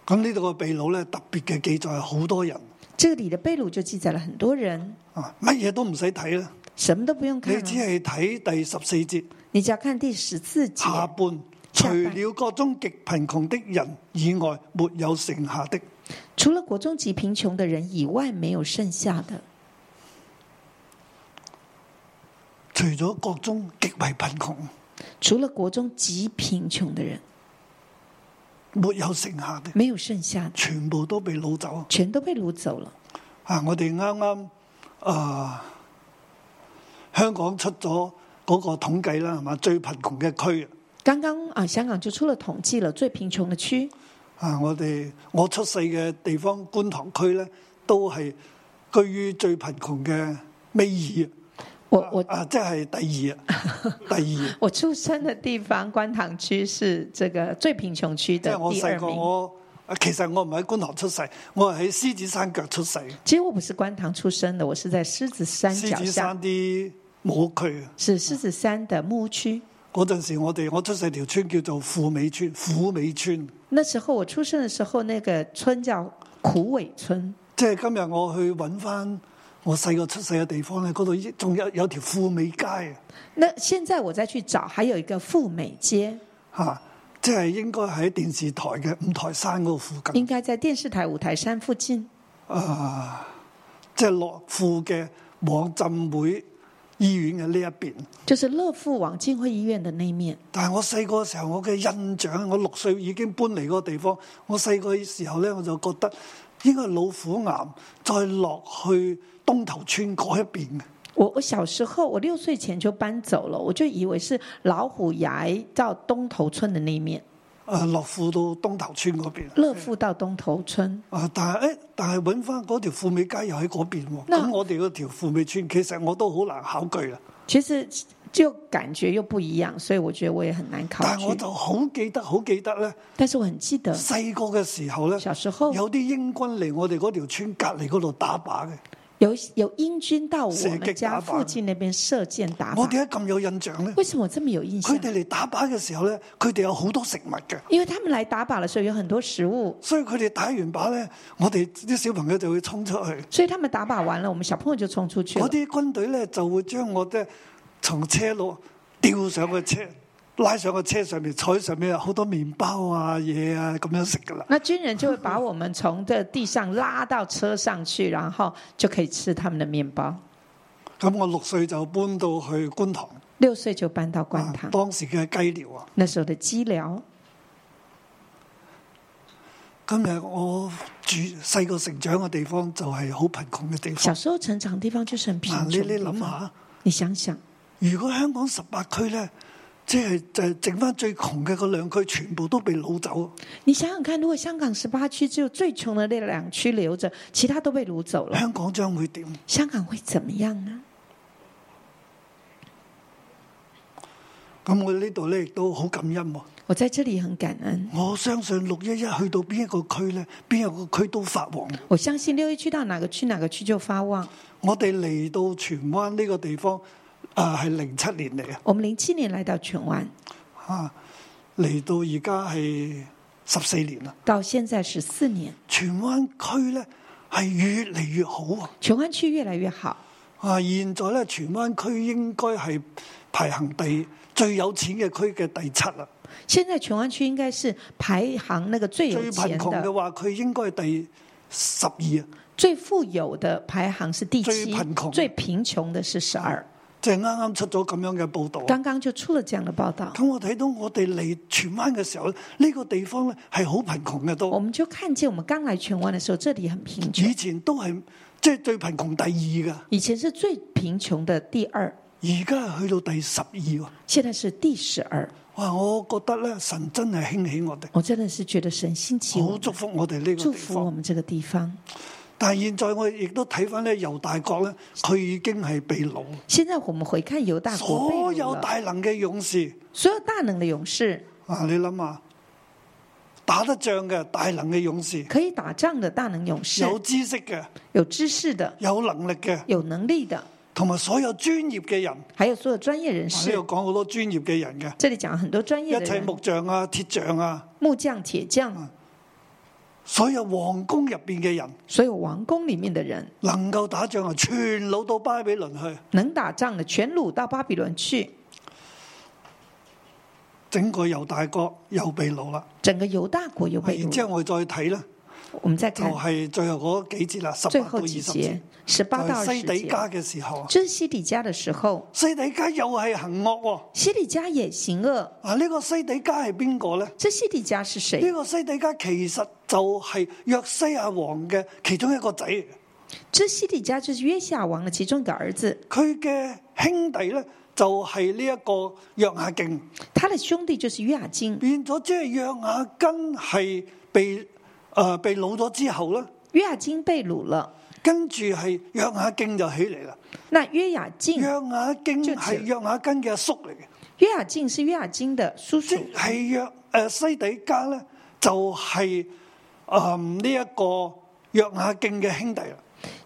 [SPEAKER 2] 咁呢度嘅被掳咧，特别嘅记载係好多人
[SPEAKER 3] 这里的被掳就记载了很多人，
[SPEAKER 2] 啊，乜嘢都唔使睇啦，
[SPEAKER 3] 什么都不用看、
[SPEAKER 2] 你
[SPEAKER 3] 了
[SPEAKER 2] 只系睇第十四节
[SPEAKER 3] 你只要看第十四节。
[SPEAKER 2] 下半。除
[SPEAKER 3] 下半
[SPEAKER 2] 了各中极贫穷的人以外，没有剩下的。
[SPEAKER 3] 除了国中及贫穷的人以外，没有剩下的。
[SPEAKER 2] 除咗各中极为贫穷，
[SPEAKER 3] 除了国中极贫穷的人，
[SPEAKER 2] 没有剩下的，
[SPEAKER 3] 没有剩下的，
[SPEAKER 2] 全部都被掳走。
[SPEAKER 3] 全都被掳走了。
[SPEAKER 2] 啊！我哋啱啱啊，香港出咗嗰個統計啦，係嘛？最貧窮嘅區
[SPEAKER 3] 刚刚啊，香港就出了统计了，最贫穷的区，
[SPEAKER 2] 啊！我哋我出世嘅地方觀塘區咧，都係居於最貧窮嘅尾
[SPEAKER 3] 我
[SPEAKER 2] 二
[SPEAKER 3] 我
[SPEAKER 2] 啊，即係第二 啊，第二。
[SPEAKER 3] 我出生的地方观塘区是这个最贫穷区
[SPEAKER 2] 即
[SPEAKER 3] 的
[SPEAKER 2] 係我
[SPEAKER 3] 第
[SPEAKER 2] 細
[SPEAKER 3] 二
[SPEAKER 2] 個，
[SPEAKER 3] 名。
[SPEAKER 2] 我啊其實我唔喺觀塘出世，我係喺獅子山腳出世，
[SPEAKER 3] 其实我不是观塘出生的，我是在狮子山
[SPEAKER 2] 獅
[SPEAKER 3] 脚
[SPEAKER 2] 子
[SPEAKER 3] 下
[SPEAKER 2] 山，啲木屋區啊。
[SPEAKER 3] 是狮子山的木屋区。
[SPEAKER 2] 嗰陣時我哋我出世條村叫做富美村，虎美村。
[SPEAKER 3] 那时候我出生的时候，那个村叫苦尾村。
[SPEAKER 2] 即係今日我去揾翻我細個出世嘅地方咧，嗰度已仲有有條富美街啊，
[SPEAKER 3] 那现在我再去找，还有一个富美街，
[SPEAKER 2] 嚇，即係應該喺電視台嘅五台山嗰度附近
[SPEAKER 3] 应。该在电视台五台山附近。
[SPEAKER 2] 啊，即係樂富嘅網浸會醫院嘅呢一邊。
[SPEAKER 3] 就是乐富往浸会医院的那一面。
[SPEAKER 2] 但係我細個嘅時候，我嘅印象，我六歲已經搬嚟嗰個地方。我細個嘅時候咧，我就覺得應該係老虎岩，再落去東頭村嗰一邊嘅。
[SPEAKER 3] 我我小时候，我六岁前就搬走了，我就以为是老虎崖到东头村的那一面，
[SPEAKER 2] 誒、啊樂富到東頭村嗰邊。
[SPEAKER 3] 乐富到东头村。
[SPEAKER 2] 啊！但係誒、但係揾翻嗰條富美街又喺嗰邊喎。
[SPEAKER 3] 嗱
[SPEAKER 2] 咁我哋嗰條富美村，其實我都好難考據啦。
[SPEAKER 3] 其实就感觉又不一样，所以我觉得我也很难考
[SPEAKER 2] 但係我
[SPEAKER 3] 据。
[SPEAKER 2] 就好記得，好記得咧，
[SPEAKER 3] 但是我很记得
[SPEAKER 2] 細個嘅時候咧，
[SPEAKER 3] 小时候
[SPEAKER 2] 有啲英軍嚟我哋嗰條村隔離嗰度打靶嘅，
[SPEAKER 3] 有有英军到我
[SPEAKER 2] 射击
[SPEAKER 3] 们
[SPEAKER 2] 打
[SPEAKER 3] 家
[SPEAKER 2] 靶
[SPEAKER 3] 附近那边射箭打
[SPEAKER 2] 我
[SPEAKER 3] 靶。
[SPEAKER 2] 點解咁有印象呢？
[SPEAKER 3] 为什么我这么有印象
[SPEAKER 2] 佢？哋嚟打靶嘅時候呢，佢哋有好多食物嘅，
[SPEAKER 3] 因为他们来打靶的时候有很多食物，
[SPEAKER 2] 所以佢哋打完靶呢，我哋啲小朋友就會衝出去。
[SPEAKER 3] 所以他们打靶完了，我们小朋友就冲出去
[SPEAKER 2] 嗰
[SPEAKER 3] 了。
[SPEAKER 2] 啲軍隊呢，就會將我哋從車路吊上個車，拉上個車上面，坐喺上面有好多麵包啊嘢啊咁樣食噶啦。
[SPEAKER 3] 那军人就会把我们从这地上拉到车上去，然后就可以吃他们的面包。
[SPEAKER 2] 咁我六歲就搬到去觀塘，
[SPEAKER 3] 六岁就搬到观
[SPEAKER 2] 啊
[SPEAKER 3] 塘，
[SPEAKER 2] 當時嘅雞寮啊。
[SPEAKER 3] 那时候的鸡寮。
[SPEAKER 2] 今日我住細個成長嘅地方就係好貧窮嘅地方
[SPEAKER 3] 小。时候成长的地方就是很贫
[SPEAKER 2] 啊，
[SPEAKER 3] 穷
[SPEAKER 2] 你
[SPEAKER 3] 的
[SPEAKER 2] 你
[SPEAKER 3] 地
[SPEAKER 2] 諗
[SPEAKER 3] 方。
[SPEAKER 2] 下，
[SPEAKER 3] 你想想，
[SPEAKER 2] 如果香港十八區咧，即係就係剩翻最窮嘅嗰兩區，全部都被攞走，
[SPEAKER 3] 你想想看，如果香港十八区只有最穷的那两区留着，其他都被掳走 了，
[SPEAKER 2] 香港將會點？
[SPEAKER 3] 香港会怎么样呢？
[SPEAKER 2] 咁我呢度咧亦都好感恩喎。
[SPEAKER 3] 我在这里很感恩，
[SPEAKER 2] 我相信六一一去到邊一個區咧，邊一個區都發旺。
[SPEAKER 3] 我相信六一去到哪个区，哪个区就发旺。
[SPEAKER 2] 我哋嚟到荃灣呢個地方，啊係零七年嚟啊，
[SPEAKER 3] 我们零七年来到荃湾，
[SPEAKER 2] 啊嚟到而家係十四年啦。
[SPEAKER 3] 到现在十四年，
[SPEAKER 2] 荃灣區咧係越嚟越好啊！
[SPEAKER 3] 荃湾区越来越好。
[SPEAKER 2] 啊，現在咧，荃灣區應該係排行第最有錢嘅區嘅第七啦。
[SPEAKER 3] 现在荃湾区应该是排行那个最有
[SPEAKER 2] 最貧
[SPEAKER 3] 钱
[SPEAKER 2] 窮嘅
[SPEAKER 3] 的、
[SPEAKER 2] 話，佢應該係第十二啊，
[SPEAKER 3] 最富有的排行是第
[SPEAKER 2] 最
[SPEAKER 3] 七
[SPEAKER 2] 贫穷，
[SPEAKER 3] 最贫穷的是十二。
[SPEAKER 2] 即係啱啱出咗咁樣嘅啊報導。
[SPEAKER 3] 刚刚就出了这样的报道，
[SPEAKER 2] 咁我睇到我哋嚟荃灣嘅時候，呢、個地方咧係好貧窮嘅
[SPEAKER 3] 我
[SPEAKER 2] 都，
[SPEAKER 3] 们就看见我们刚来荃湾的时候，这里很贫穷
[SPEAKER 2] 以，前都係即係最貧窮第二噶，
[SPEAKER 3] 以前是最贫穷的第二，
[SPEAKER 2] 而家係去到第十二喎。
[SPEAKER 3] 现在是第十二。
[SPEAKER 2] 哇！我覺得咧，神真係興起我哋，
[SPEAKER 3] 我真的是觉得神兴起我
[SPEAKER 2] 好
[SPEAKER 3] 们，
[SPEAKER 2] 祝福我哋呢個
[SPEAKER 3] 祝
[SPEAKER 2] 地
[SPEAKER 3] 福我
[SPEAKER 2] 方。
[SPEAKER 3] 们这个地方。
[SPEAKER 2] 但係現在我亦都睇翻咧，猶大國咧，佢已經係被擄。
[SPEAKER 3] 现在我们回看犹大国被
[SPEAKER 2] 所
[SPEAKER 3] 掳
[SPEAKER 2] 有
[SPEAKER 3] 了
[SPEAKER 2] 大能嘅勇士
[SPEAKER 3] 所有大能的勇士，
[SPEAKER 2] 啊，你谂下，打得仗嘅大能嘅勇士，
[SPEAKER 3] 可以打仗的大能勇士，
[SPEAKER 2] 有知識嘅，
[SPEAKER 3] 有知识的，
[SPEAKER 2] 有能力嘅，
[SPEAKER 3] 有能力的，
[SPEAKER 2] 同埋所有專業嘅人，啊
[SPEAKER 3] 还有所有专业人
[SPEAKER 2] 呢
[SPEAKER 3] 士
[SPEAKER 2] 度。講好多專業嘅人嘅，
[SPEAKER 3] 这里讲很多专业
[SPEAKER 2] 一
[SPEAKER 3] 的
[SPEAKER 2] 切嗯
[SPEAKER 3] 人，
[SPEAKER 2] 木匠啊、鐵匠啊，
[SPEAKER 3] 木匠、铁匠，
[SPEAKER 2] 所有皇宮入邊嘅人
[SPEAKER 3] 所有王宫里面的人，
[SPEAKER 2] 能夠打仗啊，全老到巴比倫去，
[SPEAKER 3] 能打仗的全掳到巴比伦去，
[SPEAKER 2] 整個猶大國又被擄啦。啊
[SPEAKER 3] 整个犹大国又被
[SPEAKER 2] 然之
[SPEAKER 3] 掳。
[SPEAKER 2] 後我哋再睇咧，
[SPEAKER 3] 我们再
[SPEAKER 2] 哎就
[SPEAKER 3] 看
[SPEAKER 2] 係最後嗰幾節啦，十
[SPEAKER 3] 最
[SPEAKER 2] 八到
[SPEAKER 3] 后
[SPEAKER 2] 二
[SPEAKER 3] 几
[SPEAKER 2] 十
[SPEAKER 3] 节
[SPEAKER 2] 節，，
[SPEAKER 3] 十
[SPEAKER 2] 就
[SPEAKER 3] 八到
[SPEAKER 2] 係
[SPEAKER 3] 二十
[SPEAKER 2] 西底
[SPEAKER 3] 节，
[SPEAKER 2] 家嘅時候啊，
[SPEAKER 3] 这是西底家的时候，
[SPEAKER 2] 西底家又係行惡喎。
[SPEAKER 3] 西底家也行恶。
[SPEAKER 2] 啊！呢、個西底家係邊個呢？呢、
[SPEAKER 3] 这西底家是谁？
[SPEAKER 2] 個西底家其實就係約西亞王嘅其中一個仔，佢
[SPEAKER 3] 这西底家就是约西亚王的其中一个儿子，
[SPEAKER 2] 嘅兄弟呢，就係呢一個約亞敬，
[SPEAKER 3] 他的兄弟就是约雅金。
[SPEAKER 2] 變咗即係約亞根係被诶、呃被掳咗之後呢，
[SPEAKER 3] 约雅金被掳了，
[SPEAKER 2] 跟住係約亞敬就起嚟啦。
[SPEAKER 3] 那约雅敬，
[SPEAKER 2] 約亞敬
[SPEAKER 3] 就
[SPEAKER 2] 係
[SPEAKER 3] 嗯似
[SPEAKER 2] 約亞根嘅阿叔嚟嘅，
[SPEAKER 3] 约雅敬是约雅金的叔
[SPEAKER 2] 即
[SPEAKER 3] 叔，
[SPEAKER 2] 係約诶西底家呢，就係诶呢一個約亞敬嘅兄弟啦，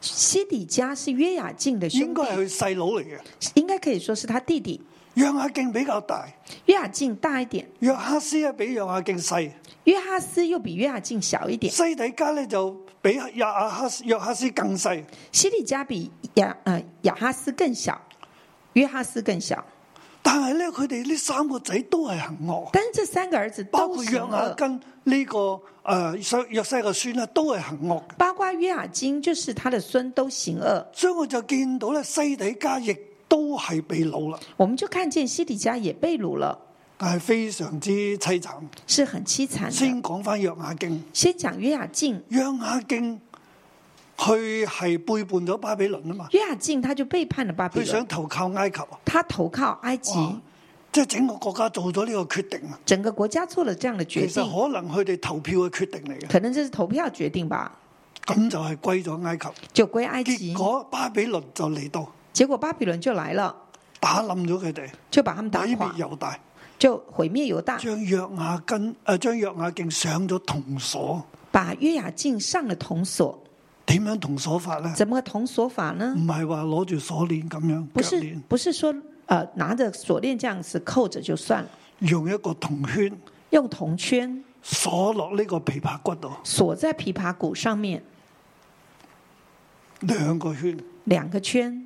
[SPEAKER 3] 西底家是约雅敬的
[SPEAKER 2] 應
[SPEAKER 3] 兄
[SPEAKER 2] 該
[SPEAKER 3] 弟。
[SPEAKER 2] 係佢細佬嚟嘅。
[SPEAKER 3] 应该可以说是他弟弟
[SPEAKER 2] 約亞敬比較大，
[SPEAKER 3] 约雅敬大一点，
[SPEAKER 2] 約哈斯咧比約亞敬細，
[SPEAKER 3] 约哈斯又比约雅敬小一点，
[SPEAKER 2] 西底家咧就比約亞哈斯約哈斯更細。
[SPEAKER 3] 西底家比亚呃亚哈斯更小，约哈斯更小。
[SPEAKER 2] 但係咧，佢哋呢三個仔都係行惡，
[SPEAKER 3] 但是这三个儿子
[SPEAKER 2] 包
[SPEAKER 3] 都啊
[SPEAKER 2] 括
[SPEAKER 3] 行
[SPEAKER 2] 約雅
[SPEAKER 3] 恶，
[SPEAKER 2] 根呢、個个誒約西嘅孫咧，都係行惡嘅。
[SPEAKER 3] 包括约雅金，就是他的孙都行恶。
[SPEAKER 2] 所以我就見到咧，西底家亦都係被掳啦，
[SPEAKER 3] 我们就看见西底家也被掳了，
[SPEAKER 2] 但係非常之凄慘。
[SPEAKER 3] 是很凄惨的。
[SPEAKER 2] 先講翻約雅敬，
[SPEAKER 3] 先讲约雅敬，
[SPEAKER 2] 約雅敬佢係背叛咗巴比倫啊嘛，
[SPEAKER 3] 约雅敬他就背叛了巴比
[SPEAKER 2] 佢想
[SPEAKER 3] 伦，
[SPEAKER 2] 投靠埃及啊，
[SPEAKER 3] 他投靠埃及，
[SPEAKER 2] 哇即係整個國家做咗呢個決定啊。
[SPEAKER 3] 整个国家做了这样的决
[SPEAKER 2] 其實
[SPEAKER 3] 定，
[SPEAKER 2] 可能佢哋投票嘅決定嚟嘅，
[SPEAKER 3] 可能这是投票决定吧，
[SPEAKER 2] 咁就係歸咗埃及。
[SPEAKER 3] 就归埃及
[SPEAKER 2] 結。果巴比倫就嚟到
[SPEAKER 3] 结果巴比伦就来了，
[SPEAKER 2] 打冧咗佢哋，
[SPEAKER 3] 就把他们打
[SPEAKER 2] 毀
[SPEAKER 3] 垮
[SPEAKER 2] 滅，猶大，
[SPEAKER 3] 就毁灭犹大，
[SPEAKER 2] 將約雅根诶、呃，将约雅敬上咗铜鎖。
[SPEAKER 3] 把约雅敬上了铜锁。
[SPEAKER 2] 點樣铜鎖法咧？
[SPEAKER 3] 怎么个铜锁法呢
[SPEAKER 2] 唔？係話攞住鎖鏈咁樣
[SPEAKER 3] 不
[SPEAKER 2] 腳
[SPEAKER 3] 是
[SPEAKER 2] 鏈，
[SPEAKER 3] 不是说呃拿着锁链这样子扣着就算了，
[SPEAKER 2] 用一個銅圈
[SPEAKER 3] 用铜圈
[SPEAKER 2] 鎖落呢個琵琶骨度，
[SPEAKER 3] 锁在琵琶骨上面
[SPEAKER 2] 兩個圈，
[SPEAKER 3] 两个圈，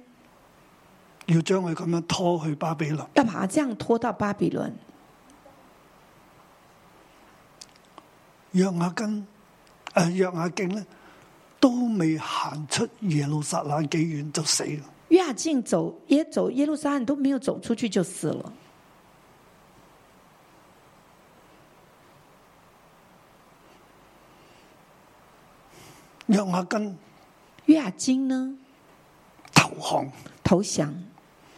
[SPEAKER 2] 要將佢咁樣拖去巴比倫。
[SPEAKER 3] 要把它这样拖到巴比伦。
[SPEAKER 2] 約雅根诶、呃，约雅敬咧都未行出耶路撒冷幾遠就死啦。
[SPEAKER 3] 约雅敬走耶走耶路撒冷都没有走出去就死了，
[SPEAKER 2] 約雅根
[SPEAKER 3] 约雅金呢
[SPEAKER 2] 投降，
[SPEAKER 3] 投降，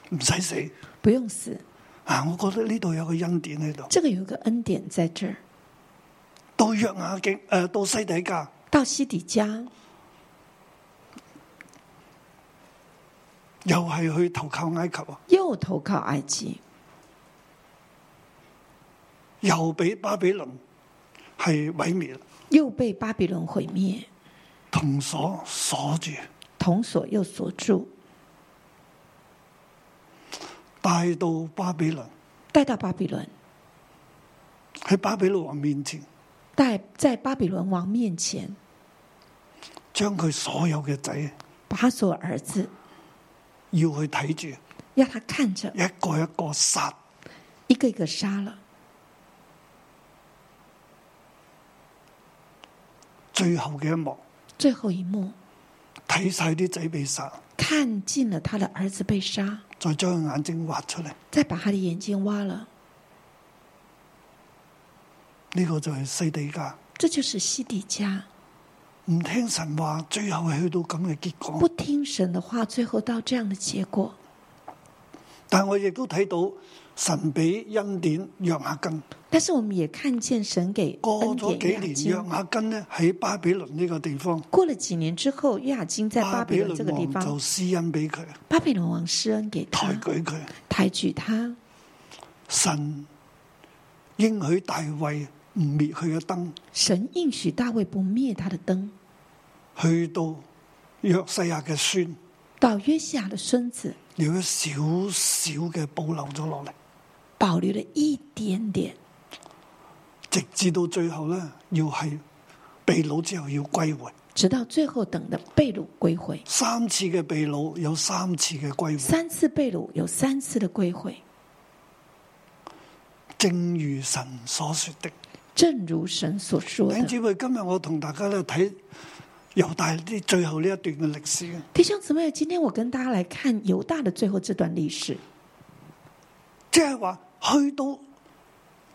[SPEAKER 2] 唔使死
[SPEAKER 3] 不用死。
[SPEAKER 2] 啊！我覺得呢度有個恩典喺度。
[SPEAKER 3] 这个有一个恩典在这儿。
[SPEAKER 2] 到約雅敬诶、呃到西底家，
[SPEAKER 3] 到西底家
[SPEAKER 2] 又係去投靠埃及啊，
[SPEAKER 3] 又投靠埃及，
[SPEAKER 2] 又俾巴比倫係毀滅啦，
[SPEAKER 3] 又被巴比伦毁灭，
[SPEAKER 2] 同鎖鎖住，
[SPEAKER 3] 铜锁又锁住，
[SPEAKER 2] 帶到巴比倫
[SPEAKER 3] 带到巴比伦，
[SPEAKER 2] 喺巴比倫王面前，
[SPEAKER 3] 带在巴比伦王面前，
[SPEAKER 2] 將佢所有嘅仔
[SPEAKER 3] 把他所有儿子
[SPEAKER 2] 要去睇住，
[SPEAKER 3] 要他看着
[SPEAKER 2] 一個一個殺。
[SPEAKER 3] 一个一个杀了，
[SPEAKER 2] 最後嘅一幕，
[SPEAKER 3] 最后一幕
[SPEAKER 2] 睇晒啲仔被殺，
[SPEAKER 3] 看尽了他的儿子被杀，
[SPEAKER 2] 再將佢眼睛挖出嚟。呢、
[SPEAKER 3] 再把他的眼睛挖了，
[SPEAKER 2] 個就係西底家
[SPEAKER 3] 这就是西底家
[SPEAKER 2] 唔聽神話，最後係去到咁嘅結果
[SPEAKER 3] 不。听神的话，最后到这样的结果。
[SPEAKER 2] 但我亦都睇到神俾恩典約雅根，
[SPEAKER 3] 但是我们也看见神给
[SPEAKER 2] 過
[SPEAKER 3] 恩
[SPEAKER 2] 咗
[SPEAKER 3] 典
[SPEAKER 2] 幾
[SPEAKER 3] 约雅
[SPEAKER 2] 年約
[SPEAKER 3] 金
[SPEAKER 2] 雅根呢喺巴比倫呢個地方，
[SPEAKER 3] 过了几年之后，约雅金在巴
[SPEAKER 2] 巴
[SPEAKER 3] 比
[SPEAKER 2] 比
[SPEAKER 3] 伦这个地
[SPEAKER 2] 倫王
[SPEAKER 3] 方啊
[SPEAKER 2] 就，施恩俾佢，
[SPEAKER 3] 巴比伦王施恩给
[SPEAKER 2] 抬
[SPEAKER 3] 他，
[SPEAKER 2] 舉佢。
[SPEAKER 3] 抬举他。
[SPEAKER 2] 神應許大衛唔滅佢嘅燈，
[SPEAKER 3] 神应许大卫不灭他的灯，
[SPEAKER 2] 去到約西亞嘅孫，
[SPEAKER 3] 到约西亚的孙子
[SPEAKER 2] 有一少少嘅保留咗落嚟，
[SPEAKER 3] 保留了一点点，
[SPEAKER 2] 直至到最後呢，要係被掳之後要歸回。
[SPEAKER 3] 直到最后等的被掳归回。
[SPEAKER 2] 三次嘅被掳有三次嘅歸回，
[SPEAKER 3] 三次被掳，有三次的归回，
[SPEAKER 2] 正如神所說的。
[SPEAKER 3] 正如神所说
[SPEAKER 2] 弟兄
[SPEAKER 3] 的。
[SPEAKER 2] 姊妹，今日我同大家咧睇猶大啲最後呢一段嘅歷史，
[SPEAKER 3] 弟兄姊妹，今天我跟大家来看犹大的最后这段历史，
[SPEAKER 2] 即係話去到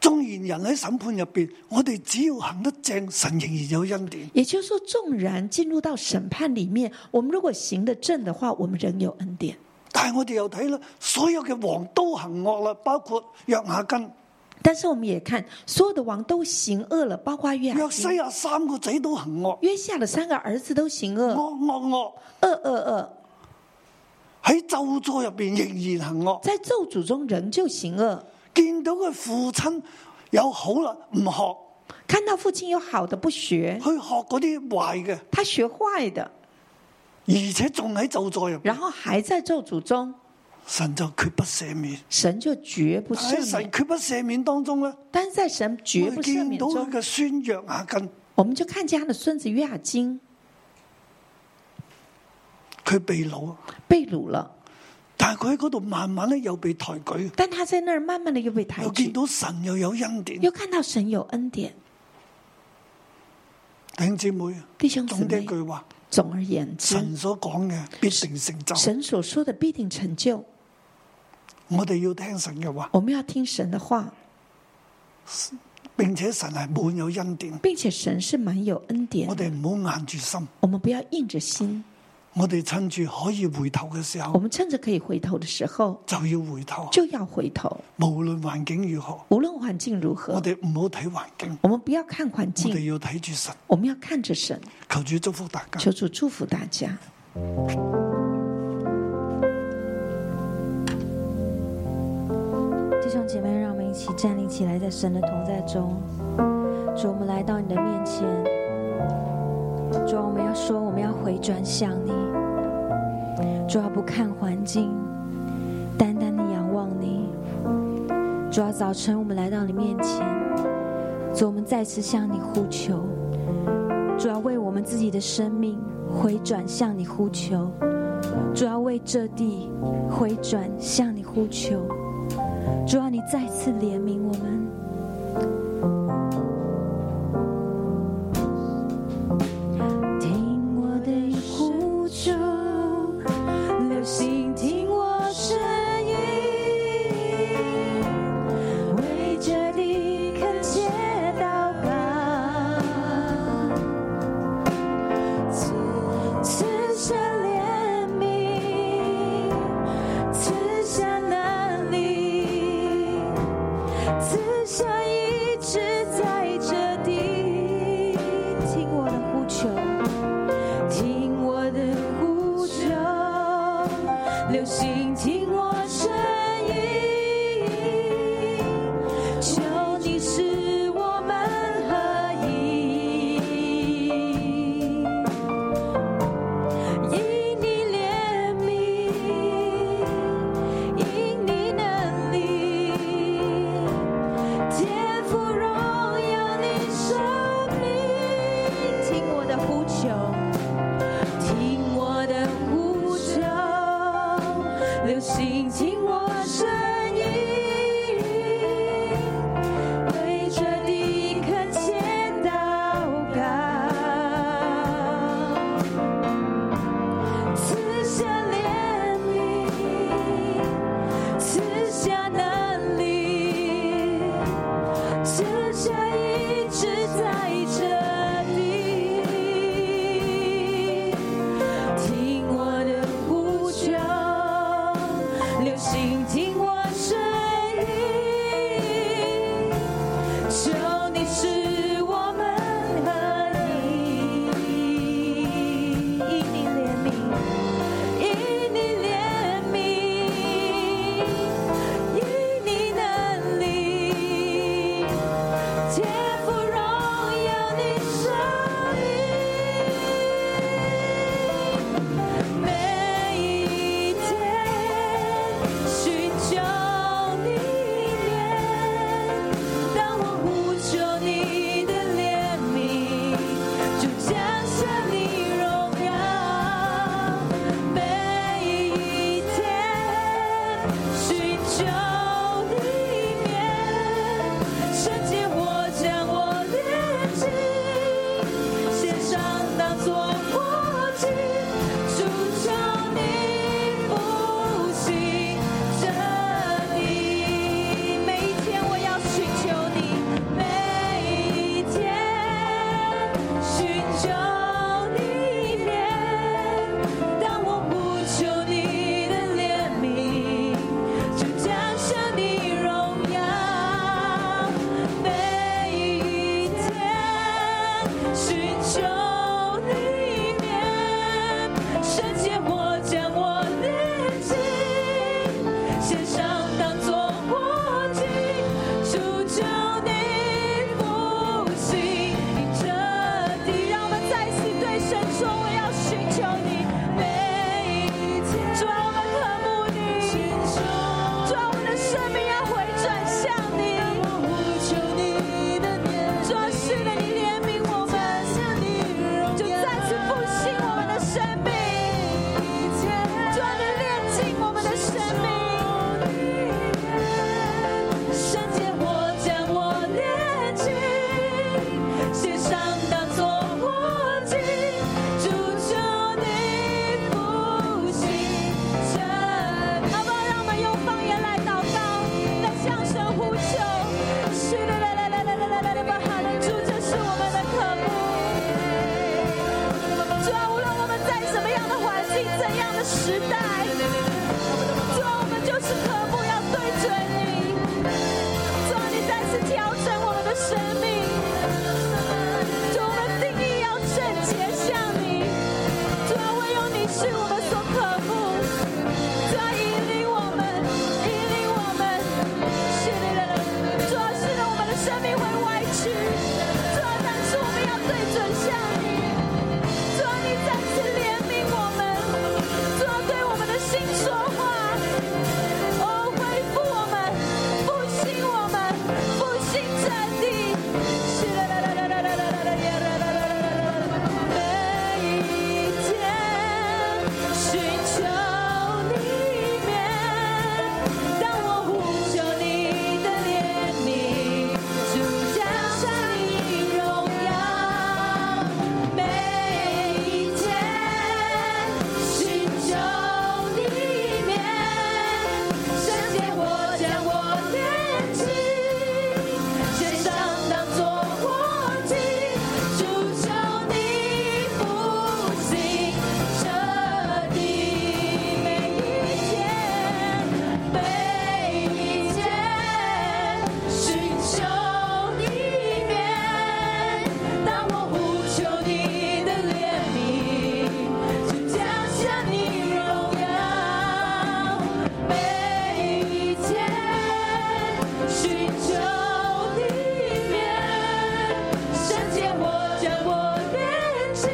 [SPEAKER 2] 中然人喺審判入邊，我哋只要行得正，神仍然有恩典。
[SPEAKER 3] 也就是说，纵然进入到审判里面，我们如果行得正的话，我们仍有恩典。
[SPEAKER 2] 但係我哋又睇啦，所有嘅王都行惡啦，包括約雅根、
[SPEAKER 3] 但是我们也看，所有的王都行恶了，包括约雅
[SPEAKER 2] 約西
[SPEAKER 3] 金、
[SPEAKER 2] 亞三個仔都行惡，
[SPEAKER 3] 约西亚的三个儿子都行
[SPEAKER 2] 惡
[SPEAKER 3] 恶，
[SPEAKER 2] 惡惡
[SPEAKER 3] 恶恶恶，
[SPEAKER 2] 喺咒詛入邊仍然行惡。
[SPEAKER 3] 在咒诅中仍旧行恶。
[SPEAKER 2] 見到佢父親有好啦，唔學，
[SPEAKER 3] 看到父亲有好的不学，
[SPEAKER 2] 去學嗰啲壞嘅，
[SPEAKER 3] 他学坏的，
[SPEAKER 2] 而且仲喺咒詛入邊，
[SPEAKER 3] 然后还在咒诅中，
[SPEAKER 2] 神就決不赦免。
[SPEAKER 3] 神就绝不
[SPEAKER 2] 喺
[SPEAKER 3] 赦
[SPEAKER 2] 哎神
[SPEAKER 3] 免。
[SPEAKER 2] 決不赦免當中咧，
[SPEAKER 3] 但是在神绝
[SPEAKER 2] 我哋
[SPEAKER 3] 不赦
[SPEAKER 2] 見
[SPEAKER 3] 免
[SPEAKER 2] 到佢
[SPEAKER 3] 中，
[SPEAKER 2] 嘅孫約雅根，
[SPEAKER 3] 我们就看见他的孙子约雅金，
[SPEAKER 2] 佢被掳，
[SPEAKER 3] 被掳了，
[SPEAKER 2] 但係佢喺嗰度慢慢咧又被抬舉，
[SPEAKER 3] 但他在那儿慢慢的又被抬
[SPEAKER 2] 又見
[SPEAKER 3] 举，
[SPEAKER 2] 到神又有恩典。
[SPEAKER 3] 又看到神有恩典。
[SPEAKER 2] 弟兄姊妹，
[SPEAKER 3] 弟兄姊
[SPEAKER 2] 總的一
[SPEAKER 3] 妹，
[SPEAKER 2] 句話，
[SPEAKER 3] 总而言之，
[SPEAKER 2] 神所講嘅必定成就。
[SPEAKER 3] 神所说的必定成就。
[SPEAKER 2] 我哋要聽神嘅話，
[SPEAKER 3] 我们要聽神的话，
[SPEAKER 2] 並且神係滿有恩典。
[SPEAKER 3] 并且神是满有恩典
[SPEAKER 2] 我。哋唔好硬住心，
[SPEAKER 3] 我们不要硬着心，
[SPEAKER 2] 我哋趁住可以回頭嘅時
[SPEAKER 3] 我
[SPEAKER 2] 候
[SPEAKER 3] 们趁着可以回头的时候
[SPEAKER 2] 就要回頭，
[SPEAKER 3] 就要回头，
[SPEAKER 2] 無論環境如何，
[SPEAKER 3] 无论环境如何
[SPEAKER 2] 我，哋唔好睇環境，
[SPEAKER 3] 我们不要看环
[SPEAKER 2] 我
[SPEAKER 3] 境，
[SPEAKER 2] 哋要睇住神。
[SPEAKER 3] 我们要看着神。
[SPEAKER 2] 求主祝福大家。
[SPEAKER 3] 求主祝福大家。
[SPEAKER 4] 弟兄姐妹，让我们一起站立起来，在神的同在中。主，我们来到你的面前。主，我们要说，我们要回转向你。主，要不看环境，单单的仰望你。主，要早晨我们来到你面前，主，我们再次向你呼求。主要为我们自己的生命回转向你呼求，主要为这地回转向你呼求。主啊，你再次怜悯我们。听我的呼救，留心听我声音，为这地恳切祷告，此此生怜悯。赐下能力，赐下医治在这地。听我的呼求，听我的呼求，留心听我声音，求你使我们合一。因你怜悯，因你能力，天赋荣耀你生命。听我的呼求，听我的呼求，留心听我声音，为这地恳切祷告。赐下怜悯，赐下能力，赐下医治在这里。听我的呼求，留心听我声音，求你使我们合一，因你怜悯，因你怜悯，因你能力，啊啊啊调整我们的生命，主，我们定义要圣洁像你，主要唯有你是我们所渴慕，主要引领我们，引领我们，是你的人，主要是让我们的生命会歪曲，主要但是我们要对准向你，主要你再次怜悯我们，主要对我们的心说话。哦，恢复我们，复兴我们，复兴真谛。每一天寻求你面，当我呼求你的怜悯，主加上你荣耀。每一天寻求你面。圣洁我将我炼净，献上当作活祭，主求你复兴这地，每一天，每一天，寻求你面，当我呼求你的怜悯，就降下你荣耀。每一天寻求你面，圣洁我将我炼净，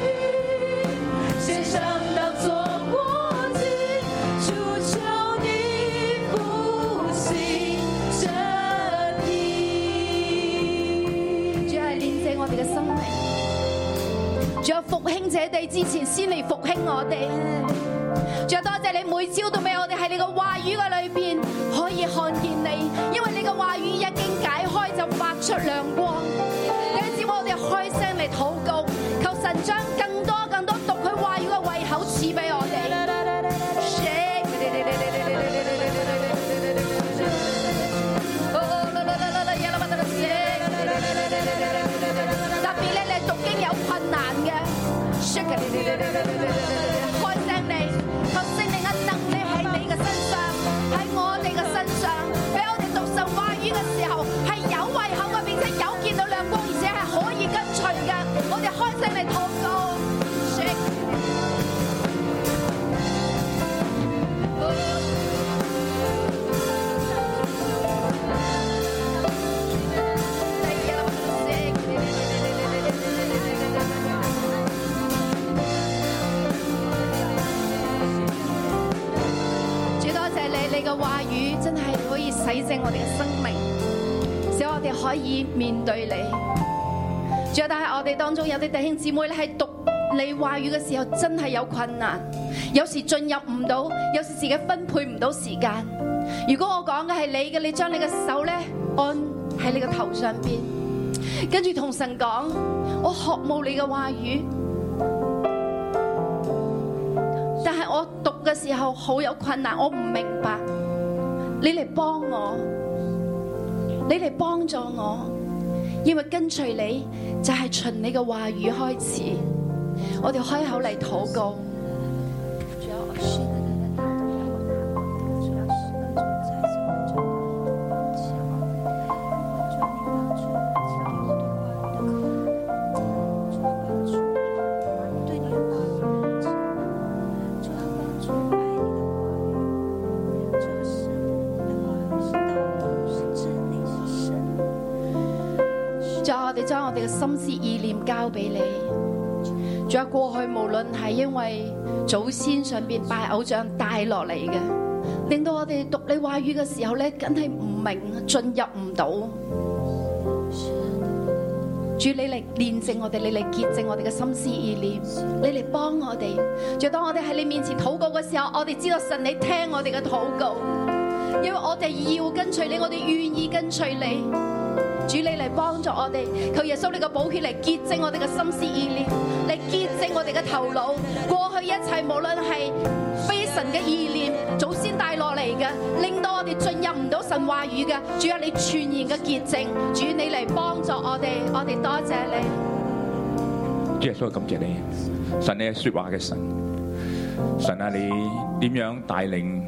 [SPEAKER 4] 献上当作活祭，主求你复兴这地。
[SPEAKER 5] 主系炼净我哋嘅生命。主啊，復興者地之前先嚟復興我哋。主啊，多謝你每朝到尾，我哋喺你嘅話語嘅裏边可以看見你，因為你嘅話語一經解開就發出亮光。你知我哋開聲嚟禱告，求神將更多更多讀佢話語嘅胃口賜俾我哋。特別咧，你讀經有困難嘅，開聲你，求聖靈嘅能力喺你嘅身上，喺我哋嘅身上，俾我哋讀神話語嘅時候係有胃口嘅，並且有見到亮光，而且係可以跟隨嘅。我哋開聲嚟禱告。主多謝你，你嘅話語真係可以洗淨我哋嘅生命，使我哋可以面對你。主啊，但係我哋當中有啲弟兄姊妹咧喺讀你話語嘅時候真係有困難，有時進入唔到，有時自己分配唔到時間。如果我講嘅係你嘅，你將你嘅手咧按喺你嘅頭上邊，跟住同神講：我渴慕你嘅話語。但係我讀嘅時候好有困難，我唔明白。你嚟幫我，你嚟幫助我，因為跟隨你就係循你嘅話語開始。我哋開口嚟禱告。主啊，我哋將我哋嘅心思意念交俾你。主啊，過去無論係因為祖先上邊拜偶像帶落嚟嘅，令到我哋讀你話語嘅時候咧，梗係唔明，進入唔到。主，你嚟煉淨我哋，你嚟潔淨我哋嘅心思意念，你嚟幫我哋。就當我哋喺你面前禱告嘅時候，我哋知道神你聽我哋嘅禱告，因為我哋要跟隨你，我哋願意跟隨你。主你嚟幫助我哋，求耶穌你嘅寶血嚟潔淨我哋嘅心思意念，嚟潔淨我哋嘅頭腦。過去一切無論係非神嘅意念，祖先帶落嚟嘅，令到我哋進入唔到神話語嘅，主啊，你全然嘅潔淨，主你嚟幫助我哋，我哋多謝你。
[SPEAKER 6] 主耶穌，感謝你，神你係说話嘅神，神啊，你點樣帶領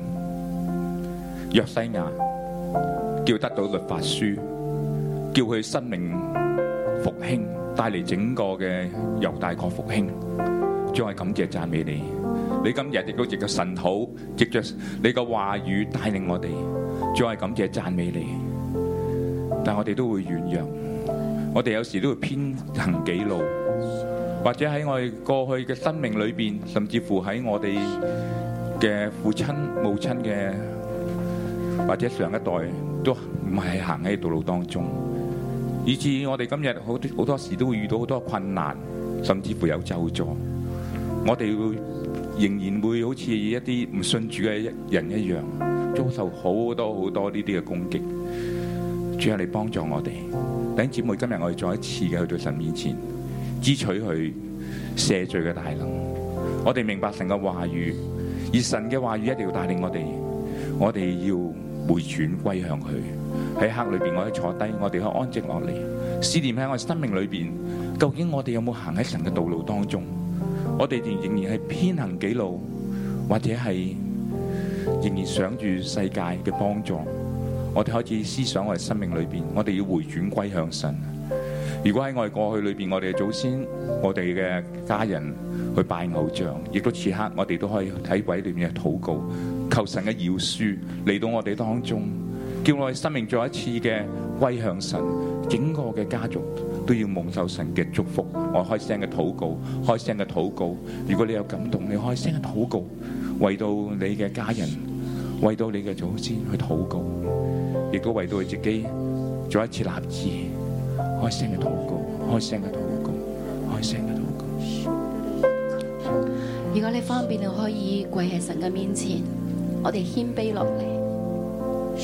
[SPEAKER 6] 約西亞，叫得到律法書，叫佢生命復興，帶嚟整個嘅猶大國復興。主，我係感謝讚美你，你今日亦都藉着神土，藉着你嘅話語帶領我哋。主，我係感謝讚美你，但我哋都會軟弱，我哋有時都會偏行己路，或者喺我哋過去嘅生命裏邊，甚至乎喺我哋嘅父親、母親嘅。或者上一代都唔係行喺道路當中，以至我哋今日好多好多時都會遇到好多困難，甚至乎有咒詛。我哋會仍然會好似一啲唔信主嘅人一樣，遭受好多好多呢啲嘅攻擊。主啊，你幫助我哋，弟兄姊妹，今日我哋再一次嘅去到神面前，支取佢赦罪嘅大能。我哋明白神嘅話語，而神嘅話語一定要帶領我哋。我哋要回轉歸向佢。喺黑裏邊，我哋坐低，我哋可以安靜落嚟，思念喺我生命裏邊，究竟我哋有冇行喺神嘅道路當中？我哋仍仍然係偏行己路，或者係仍然想住世界嘅幫助。我哋開始思想我哋生命裏邊，我哋要回轉歸向神。如果喺我哋過去裏邊，我哋嘅祖先、我哋嘅家人去拜偶像，亦都此刻我哋都可以喺鬼裏面嘅禱告，求神嘅饒恕嚟到我哋當中，叫我哋生命再一次嘅歸向神，整個嘅家族都要蒙受神嘅祝福。我開聲嘅禱告，開聲嘅禱告。如果你有感動，你開聲嘅禱告，為到你嘅家人，為到你嘅祖先去禱告，亦都為到你自己再一次立志。開聲嘅禱告，開聲嘅禱告，開聲嘅禱告。
[SPEAKER 7] 如果你方便，你可以跪喺神嘅面前，我哋謙卑落嚟，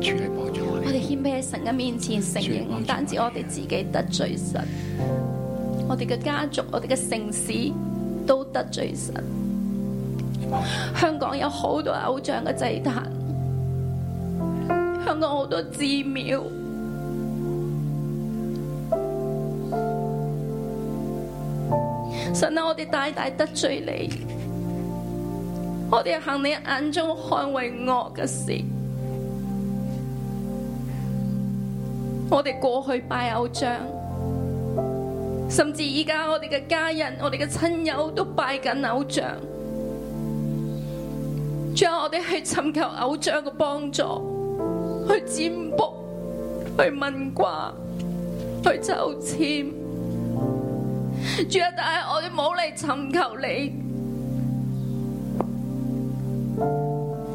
[SPEAKER 6] 主你幫助我
[SPEAKER 7] 我
[SPEAKER 6] 哋，
[SPEAKER 7] 哋謙卑喺神嘅面前承認，唔單止我哋自己得罪神，我哋嘅家族、我哋嘅城市都得罪神。香港有好多偶像嘅祭壇，香港好多寺廟。神啊，我哋大大得罪你，我哋行你眼中看為惡嘅事，我哋過去拜偶像，甚至而家我哋嘅家人、我哋嘅親友都拜緊偶像。仲有我哋去尋求偶像嘅幫助，去占卜、去問卦、去抽籤。主啊，但係我哋冇嚟尋求你，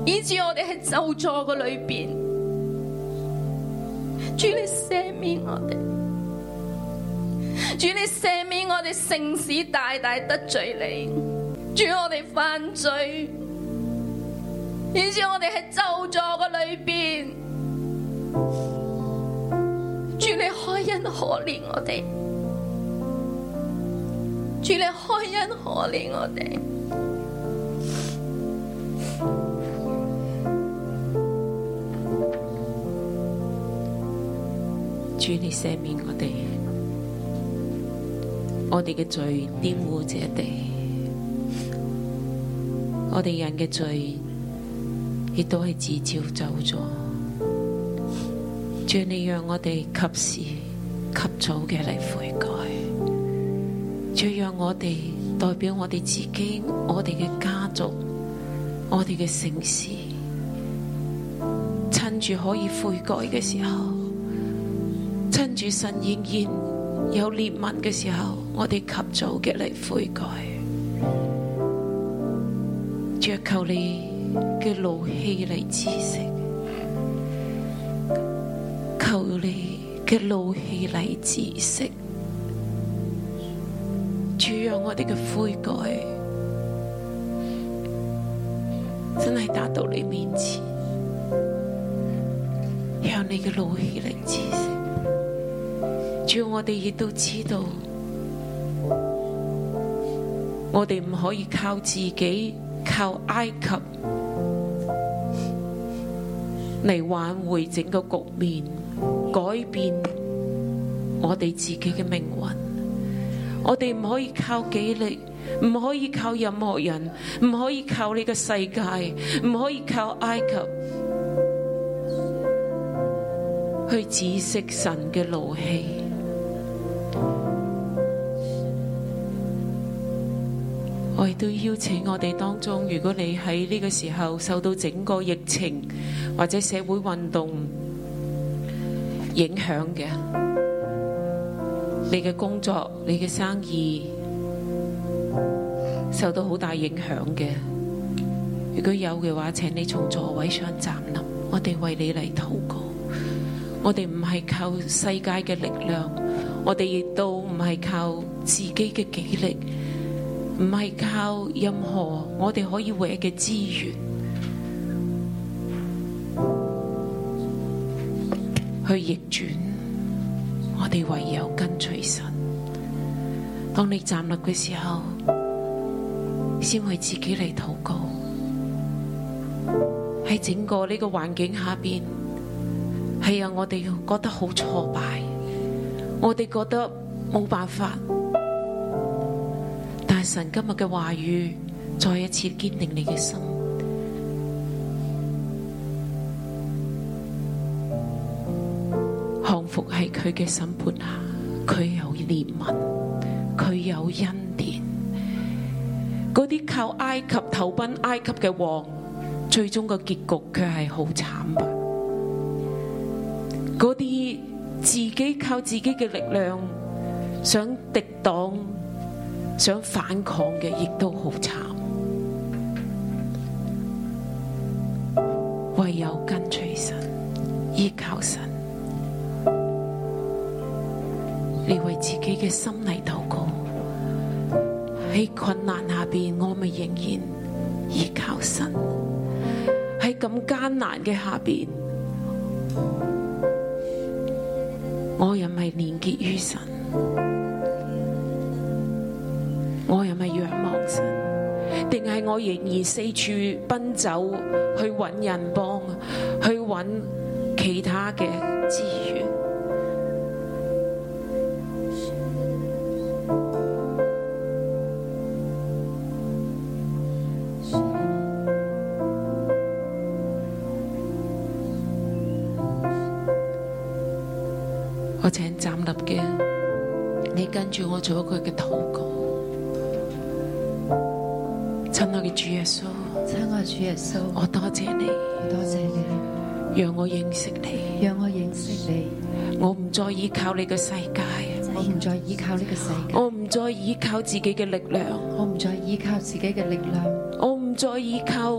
[SPEAKER 7] 以致我哋喺咒詛嘅裏邊。主你赦免我哋，主你赦免我哋城市大大得罪你，主我哋犯罪，以致我哋喺咒詛嘅裏邊。主你開恩可憐我哋。主你開恩可憐我哋。
[SPEAKER 8] 主你赦免我哋，我哋嘅罪玷污這地，我哋人嘅罪亦都係自招走咗。主你讓我哋及時及早嘅嚟悔改，主讓我哋代表我哋自己、我哋嘅家族、我哋嘅城市，趁住可以悔改嘅時候。趁住神仍然有憐憫嘅時候，我哋及早嘅嚟悔改。主啊求你嘅怒氣嚟止息，求你嘅怒氣嚟止息。主讓我哋嘅悔改真係達到你面前，讓你嘅怒氣嚟止息。主，我哋亦都知道，我哋唔可以靠自己，靠埃及嚟挽回整個局面，改變我哋自己嘅命運。我哋唔可以靠己力，唔可以靠任何人，唔可以靠呢個世界，唔可以靠埃及。去止息神嘅怒氣。我亦都邀請我哋當中，如果你喺呢個時候受到整個疫情或者社會運動影響嘅，你嘅工作、你嘅生意受到好大影響嘅，如果有嘅話，請你從座位上站立，我哋為你嚟禱告。我哋唔係靠世界嘅力量，我哋亦都唔係靠自己嘅己力，唔係靠任何我哋可以搲嘅資源去逆轉。我哋唯有跟隨神。當你站立嘅時候，先為自己嚟禱告。喺整個呢個環境下邊，係啊，我哋覺得好挫敗，我哋覺得冇辦法。但係神今日嘅話語，再一次堅定你嘅心。降服喺佢嘅審判下，佢有憐憫，佢有恩典。嗰啲靠埃及投奔埃及嘅王，最終個結局佢係好慘白。嗰啲自己靠自己嘅力量想敵擋、想反抗嘅，亦都好慘。唯有跟隨神，依靠神，你為自己嘅心嚟禱告。喺困難下邊，我咪仍然依靠神。喺咁艱難嘅下邊，我又咪連結於神，我又咪仰望神，定係我仍然四處奔走去揾人幫，去揾其他嘅資源？我請站立嘅，你跟住我做一句嘅禱告。親愛嘅主耶穌，
[SPEAKER 7] 亲爱主耶稣，
[SPEAKER 8] 我多謝你，
[SPEAKER 7] 多谢你，
[SPEAKER 8] 讓我認識你。
[SPEAKER 7] 让我认识你。
[SPEAKER 8] 我唔再依靠你嘅世界，
[SPEAKER 7] 我唔再依靠呢个世界，
[SPEAKER 8] 我唔再依靠自己嘅力量，
[SPEAKER 7] 我唔再依靠自己嘅力量，
[SPEAKER 8] 我唔再依靠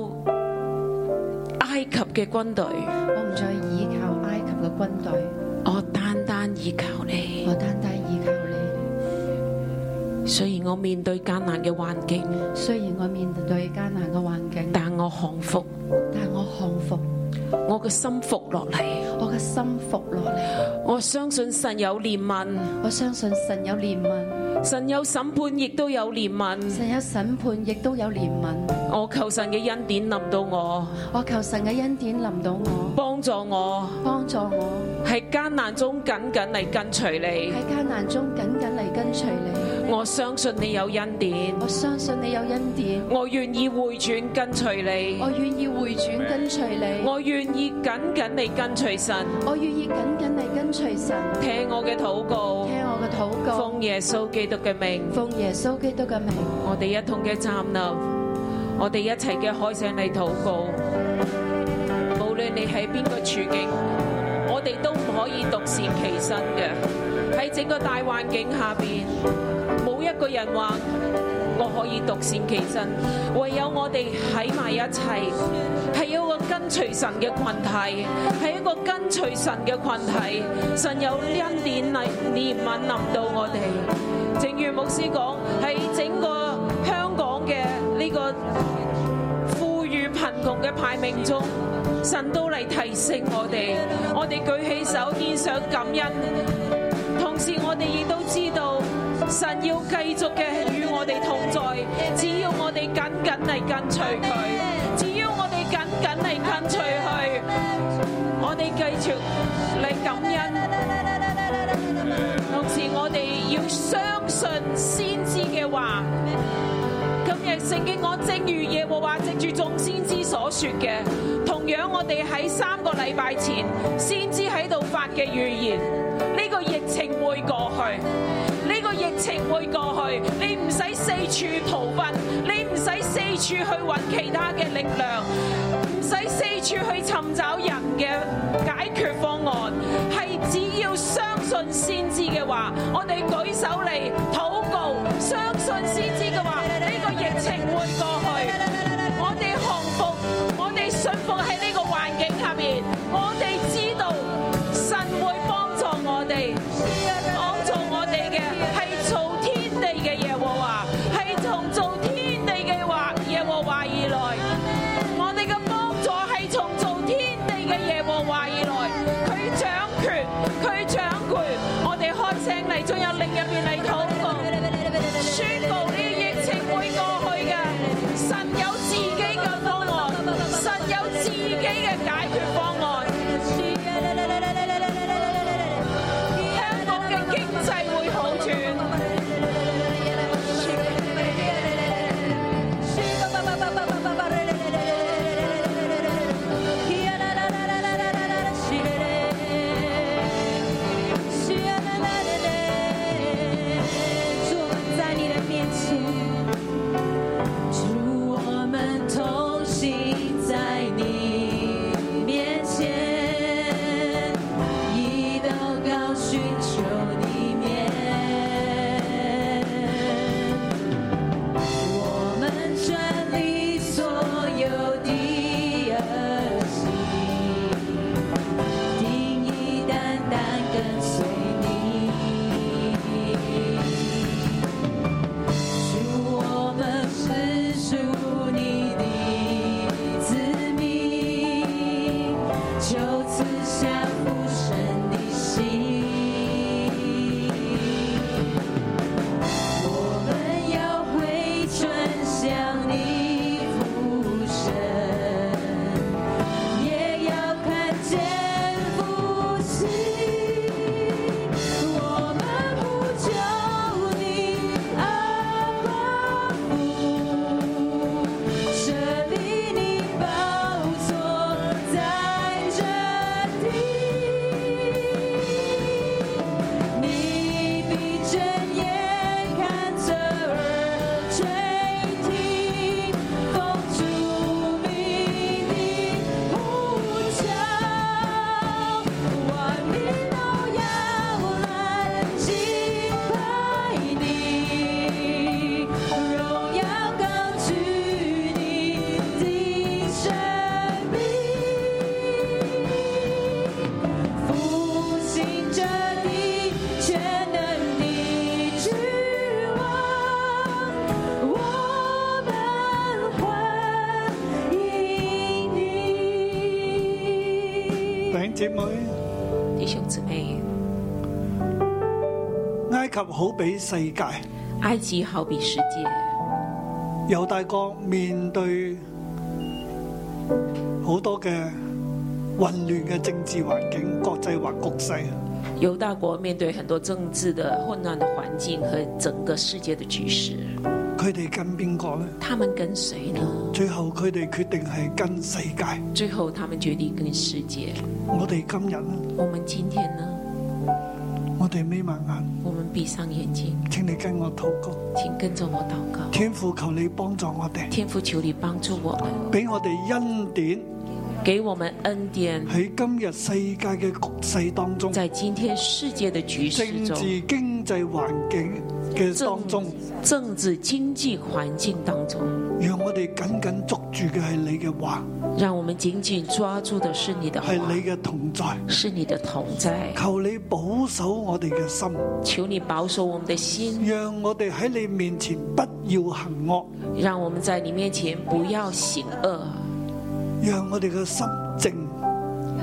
[SPEAKER 8] 埃及嘅軍隊，
[SPEAKER 7] 我唔再依靠埃及嘅軍隊，
[SPEAKER 8] 我單單依靠你
[SPEAKER 7] 我。單單依靠你。
[SPEAKER 8] 雖然我面對艱難嘅環境，
[SPEAKER 7] 雖然我面對艱難嘅環境，
[SPEAKER 8] 但我降服，
[SPEAKER 7] 但我降服，
[SPEAKER 8] 我嘅心服落嚟。
[SPEAKER 7] 我嘅心服落嚟。
[SPEAKER 8] 我相信神有憐憫，
[SPEAKER 7] 我相信神有憐憫，
[SPEAKER 8] 神有審判，亦都有憐憫。
[SPEAKER 7] 神有審判，亦都有憐憫。
[SPEAKER 8] 我求神嘅恩典臨到我，
[SPEAKER 7] 我求神嘅恩典臨到我，
[SPEAKER 8] 幫助我
[SPEAKER 7] 幫助我
[SPEAKER 8] 喺艱難中緊緊嚟跟隨
[SPEAKER 7] 喺
[SPEAKER 8] 你。
[SPEAKER 7] 艱難中緊緊嚟跟隨你。
[SPEAKER 8] 我相信你有恩典。
[SPEAKER 7] 我相信你有恩典，
[SPEAKER 8] 我願意回轉跟隨你
[SPEAKER 7] 我，願意回轉跟隨你。
[SPEAKER 8] 我願意緊緊地跟隨神，
[SPEAKER 7] 我願意緊緊地跟隨神，
[SPEAKER 8] 聽我嘅禱告
[SPEAKER 7] 聽，我嘅禱告，
[SPEAKER 8] 奉耶穌基督嘅名，
[SPEAKER 7] 奉耶穌基督嘅名，
[SPEAKER 8] 我哋一同嘅站立，我哋一齊嘅開聲嚟禱告。無論你喺邊個處境，我哋都唔可以獨善其身嘅。喺整個大環境下邊，冇一個人話我可以獨善其身，唯有我哋喺埋一齊，係一個跟隨神嘅群體，係一個跟隨神嘅群體。神有恩典嚟憐憫臨到我哋。正如牧師講，喺整個香港嘅呢個富裕貧窮嘅排名中，神都嚟提醒我哋，我哋舉起手獻上感恩。同時我哋亦都知道，神要繼續嘅與我哋同在，只要我哋緊緊嚟跟隨佢，只要我哋緊緊嚟跟隨佢，我哋繼續嚟感恩。同時我哋要相信先知嘅話。今日聖經講，正如耶和華藉住眾先知所說嘅，同樣我哋喺三個禮拜前，先知喺度發
[SPEAKER 9] 法嘅預言，呢、個疫情會過去，呢、個疫情會過去，你唔使四處逃奔，你唔使四處去揾其他嘅力量，唔使四處去尋找人嘅解決方案，係只要相信先知嘅話，我哋舉手嚟禱告，相信先知嘅話，呢、個疫情會過去。我哋降服，我哋信服喺呢個環境下面，我哋知道神會幫助我哋，幫助我哋嘅係造天地嘅耶和華，係從造天地嘅話耶和華而來。我哋嘅幫助係從造天地嘅耶和華而來，佢掌權，佢掌權。我哋開聲嚟，進入靈入邊嚟禱告。宣告呢個疫情會過去嘅，神有自己嘅方案，神有自己嘅解決方案。香港嘅經濟會好轉，
[SPEAKER 1] 主，我们在你的面前。
[SPEAKER 4] 主，我们同行在你面前，以祷告寻求你面。我们站立所有的恶行，定义单单跟随你。主，我们是属你的子民，求赐下父神的心。我们要回转向你父神，也要看见复兴。我们呼求你阿爸父，设立你宝座在这地，你闭着眼看着耳垂听，风烛明的呼叫，万民都要来敬拜你，荣耀高举你的生命，复兴着你全能的指望，我们欢迎你
[SPEAKER 10] 弟。兄姊妹，
[SPEAKER 9] 弟兄姊妹，
[SPEAKER 10] 埃及好比世界，
[SPEAKER 9] 埃及好比世界，
[SPEAKER 10] 猶大國面對好多嘅混亂嘅政治環境、國際或局啊勢，
[SPEAKER 9] 犹大國面對很多政治的混亂的環境和整個世界的局勢，
[SPEAKER 10] 佢哋跟邊個呢？
[SPEAKER 9] 他們跟誰呢？
[SPEAKER 10] 最後佢哋決定係跟世界。
[SPEAKER 9] 最後他們決定跟世界。
[SPEAKER 10] 我哋今日呢，
[SPEAKER 9] 我們今天呢？
[SPEAKER 10] 我哋眯埋眼，
[SPEAKER 9] 我們閉上眼睛，
[SPEAKER 10] 請你跟我禱告。
[SPEAKER 9] 請跟着我禱告。
[SPEAKER 10] 天父，求你幫助我哋，
[SPEAKER 9] 天父，求你幫助我們，
[SPEAKER 10] 俾我哋恩典
[SPEAKER 9] 給我們恩典，
[SPEAKER 10] 喺今日世界嘅局勢當中，
[SPEAKER 9] 在今天世界的局勢
[SPEAKER 10] 政
[SPEAKER 9] 中，
[SPEAKER 10] 治經濟環境嘅當中，
[SPEAKER 9] 政治經濟環境當中，
[SPEAKER 10] 讓我哋緊緊捉住嘅係你嘅話，
[SPEAKER 9] 讓我們緊緊抓住的是你的話
[SPEAKER 10] 係，你嘅同在。
[SPEAKER 9] 是你的同在。
[SPEAKER 10] 求你保守我哋嘅心，
[SPEAKER 9] 求你保守我們的心，
[SPEAKER 10] 讓我哋喺你面前不要行惡，
[SPEAKER 9] 讓我們在你面前不要行惡，
[SPEAKER 10] 讓我哋嘅心靜，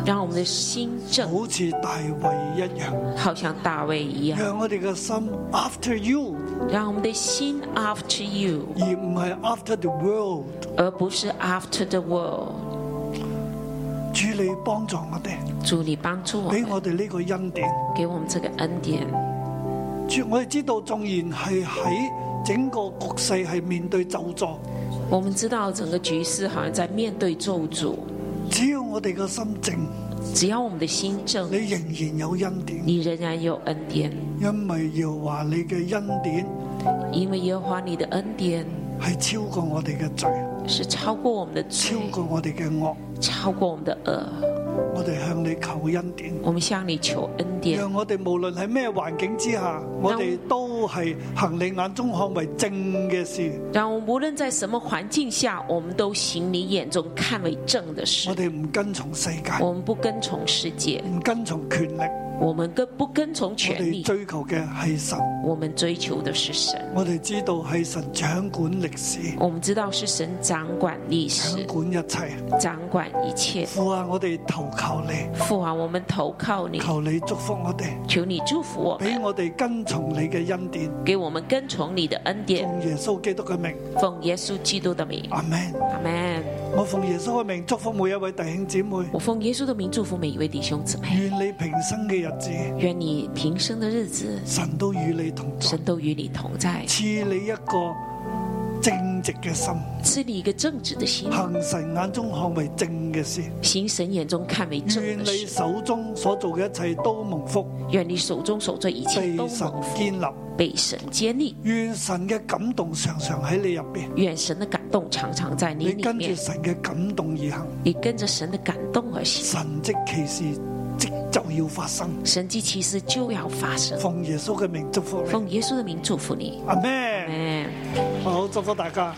[SPEAKER 9] 讓我們的心正，
[SPEAKER 10] 好似大衛一樣，
[SPEAKER 9] 好像大衛一樣，
[SPEAKER 10] 讓我哋嘅心 after you，
[SPEAKER 9] 讓我們的心 after you，
[SPEAKER 10] 而唔係 after the world。
[SPEAKER 9] 而不是 after the world。
[SPEAKER 10] 主你幫助我哋，
[SPEAKER 9] 主，你幫助我
[SPEAKER 10] 俾
[SPEAKER 9] 們，
[SPEAKER 10] 我哋呢個恩典。
[SPEAKER 9] 給我們這個恩典。
[SPEAKER 10] 主，我哋知道，縱然係喺整個局勢係面對咒詛，
[SPEAKER 9] 我們知道整個局勢好像在面對咒詛，
[SPEAKER 10] 只要我哋嘅心靜，只要我们的心正，
[SPEAKER 11] 你仍然有恩典，
[SPEAKER 10] 你仍然有恩典，
[SPEAKER 11] 因為要話你嘅恩典
[SPEAKER 10] 因为耶和华你的恩典
[SPEAKER 11] 係超過我哋嘅罪，
[SPEAKER 10] 是超过我们的罪
[SPEAKER 11] 超，過我哋嘅惡。
[SPEAKER 10] 超过我们的恶。
[SPEAKER 11] 我哋向你求恩典，
[SPEAKER 10] 我们向你求恩典，
[SPEAKER 11] 讓我哋無論喺咩環境之下，我哋都係行你眼中看為正嘅事，
[SPEAKER 10] 让我们无论在什么环境下，我们都行你眼中看为正的事
[SPEAKER 11] 我。哋唔跟從世界，
[SPEAKER 10] 我们不跟从世界，
[SPEAKER 11] 唔跟從權力，
[SPEAKER 10] 我们跟不跟从
[SPEAKER 11] 我
[SPEAKER 10] 权
[SPEAKER 11] 哋
[SPEAKER 10] 力，
[SPEAKER 11] 追求嘅係神。
[SPEAKER 10] 我们追求的是神。
[SPEAKER 11] 我哋知道係神掌管歷史，
[SPEAKER 10] 我们知道是神掌管历
[SPEAKER 11] 掌
[SPEAKER 10] 史，
[SPEAKER 11] 管一切。
[SPEAKER 10] 掌管一切。
[SPEAKER 11] 父啊，我哋投求你，
[SPEAKER 10] 父啊，我们投靠你，
[SPEAKER 11] 求你祝福我哋，
[SPEAKER 10] 求你祝福我
[SPEAKER 11] 俾
[SPEAKER 10] 们，
[SPEAKER 11] 我哋跟從你嘅恩典，
[SPEAKER 10] 给我们跟从你的恩典。
[SPEAKER 11] 奉耶穌基督嘅名，
[SPEAKER 10] 奉耶稣基督的名，
[SPEAKER 11] 阿 Man，
[SPEAKER 10] 阿门。
[SPEAKER 11] 我奉耶穌嘅名祝福每一位弟兄姊妹，
[SPEAKER 10] 我奉耶稣的名祝福每一位弟兄姊妹，
[SPEAKER 11] 願你平生嘅日子，
[SPEAKER 10] 愿你平生的日子，
[SPEAKER 11] 神都與你同在
[SPEAKER 10] 神，都与你同在，
[SPEAKER 11] 賜你一個正直嘅心，
[SPEAKER 10] 赐你一个正直的心，
[SPEAKER 11] 行神眼中看為正嘅事，
[SPEAKER 10] 行神眼中看为正
[SPEAKER 11] 願
[SPEAKER 10] 的
[SPEAKER 11] 你
[SPEAKER 10] 事。
[SPEAKER 11] 手中所做嘅一切都蒙福，
[SPEAKER 10] 愿你手中手做一切
[SPEAKER 11] 被
[SPEAKER 10] 都
[SPEAKER 11] 神
[SPEAKER 10] 蒙福，
[SPEAKER 11] 建立，
[SPEAKER 10] 被神坚立。
[SPEAKER 11] 願神嘅感動常常喺你入邊，
[SPEAKER 10] 愿神的感动常常在你
[SPEAKER 11] 你
[SPEAKER 10] 里
[SPEAKER 11] 跟住
[SPEAKER 10] 面，
[SPEAKER 11] 神嘅感動而行。
[SPEAKER 10] 你跟着神的感动而行，
[SPEAKER 11] 神迹奇事即就要发生。
[SPEAKER 10] 神迹其实就要发生。
[SPEAKER 11] 奉耶稣嘅名祝福你，
[SPEAKER 10] 奉耶稣的名祝福你，
[SPEAKER 11] 阿咩？
[SPEAKER 10] 嗯。
[SPEAKER 11] 好，祝福大家。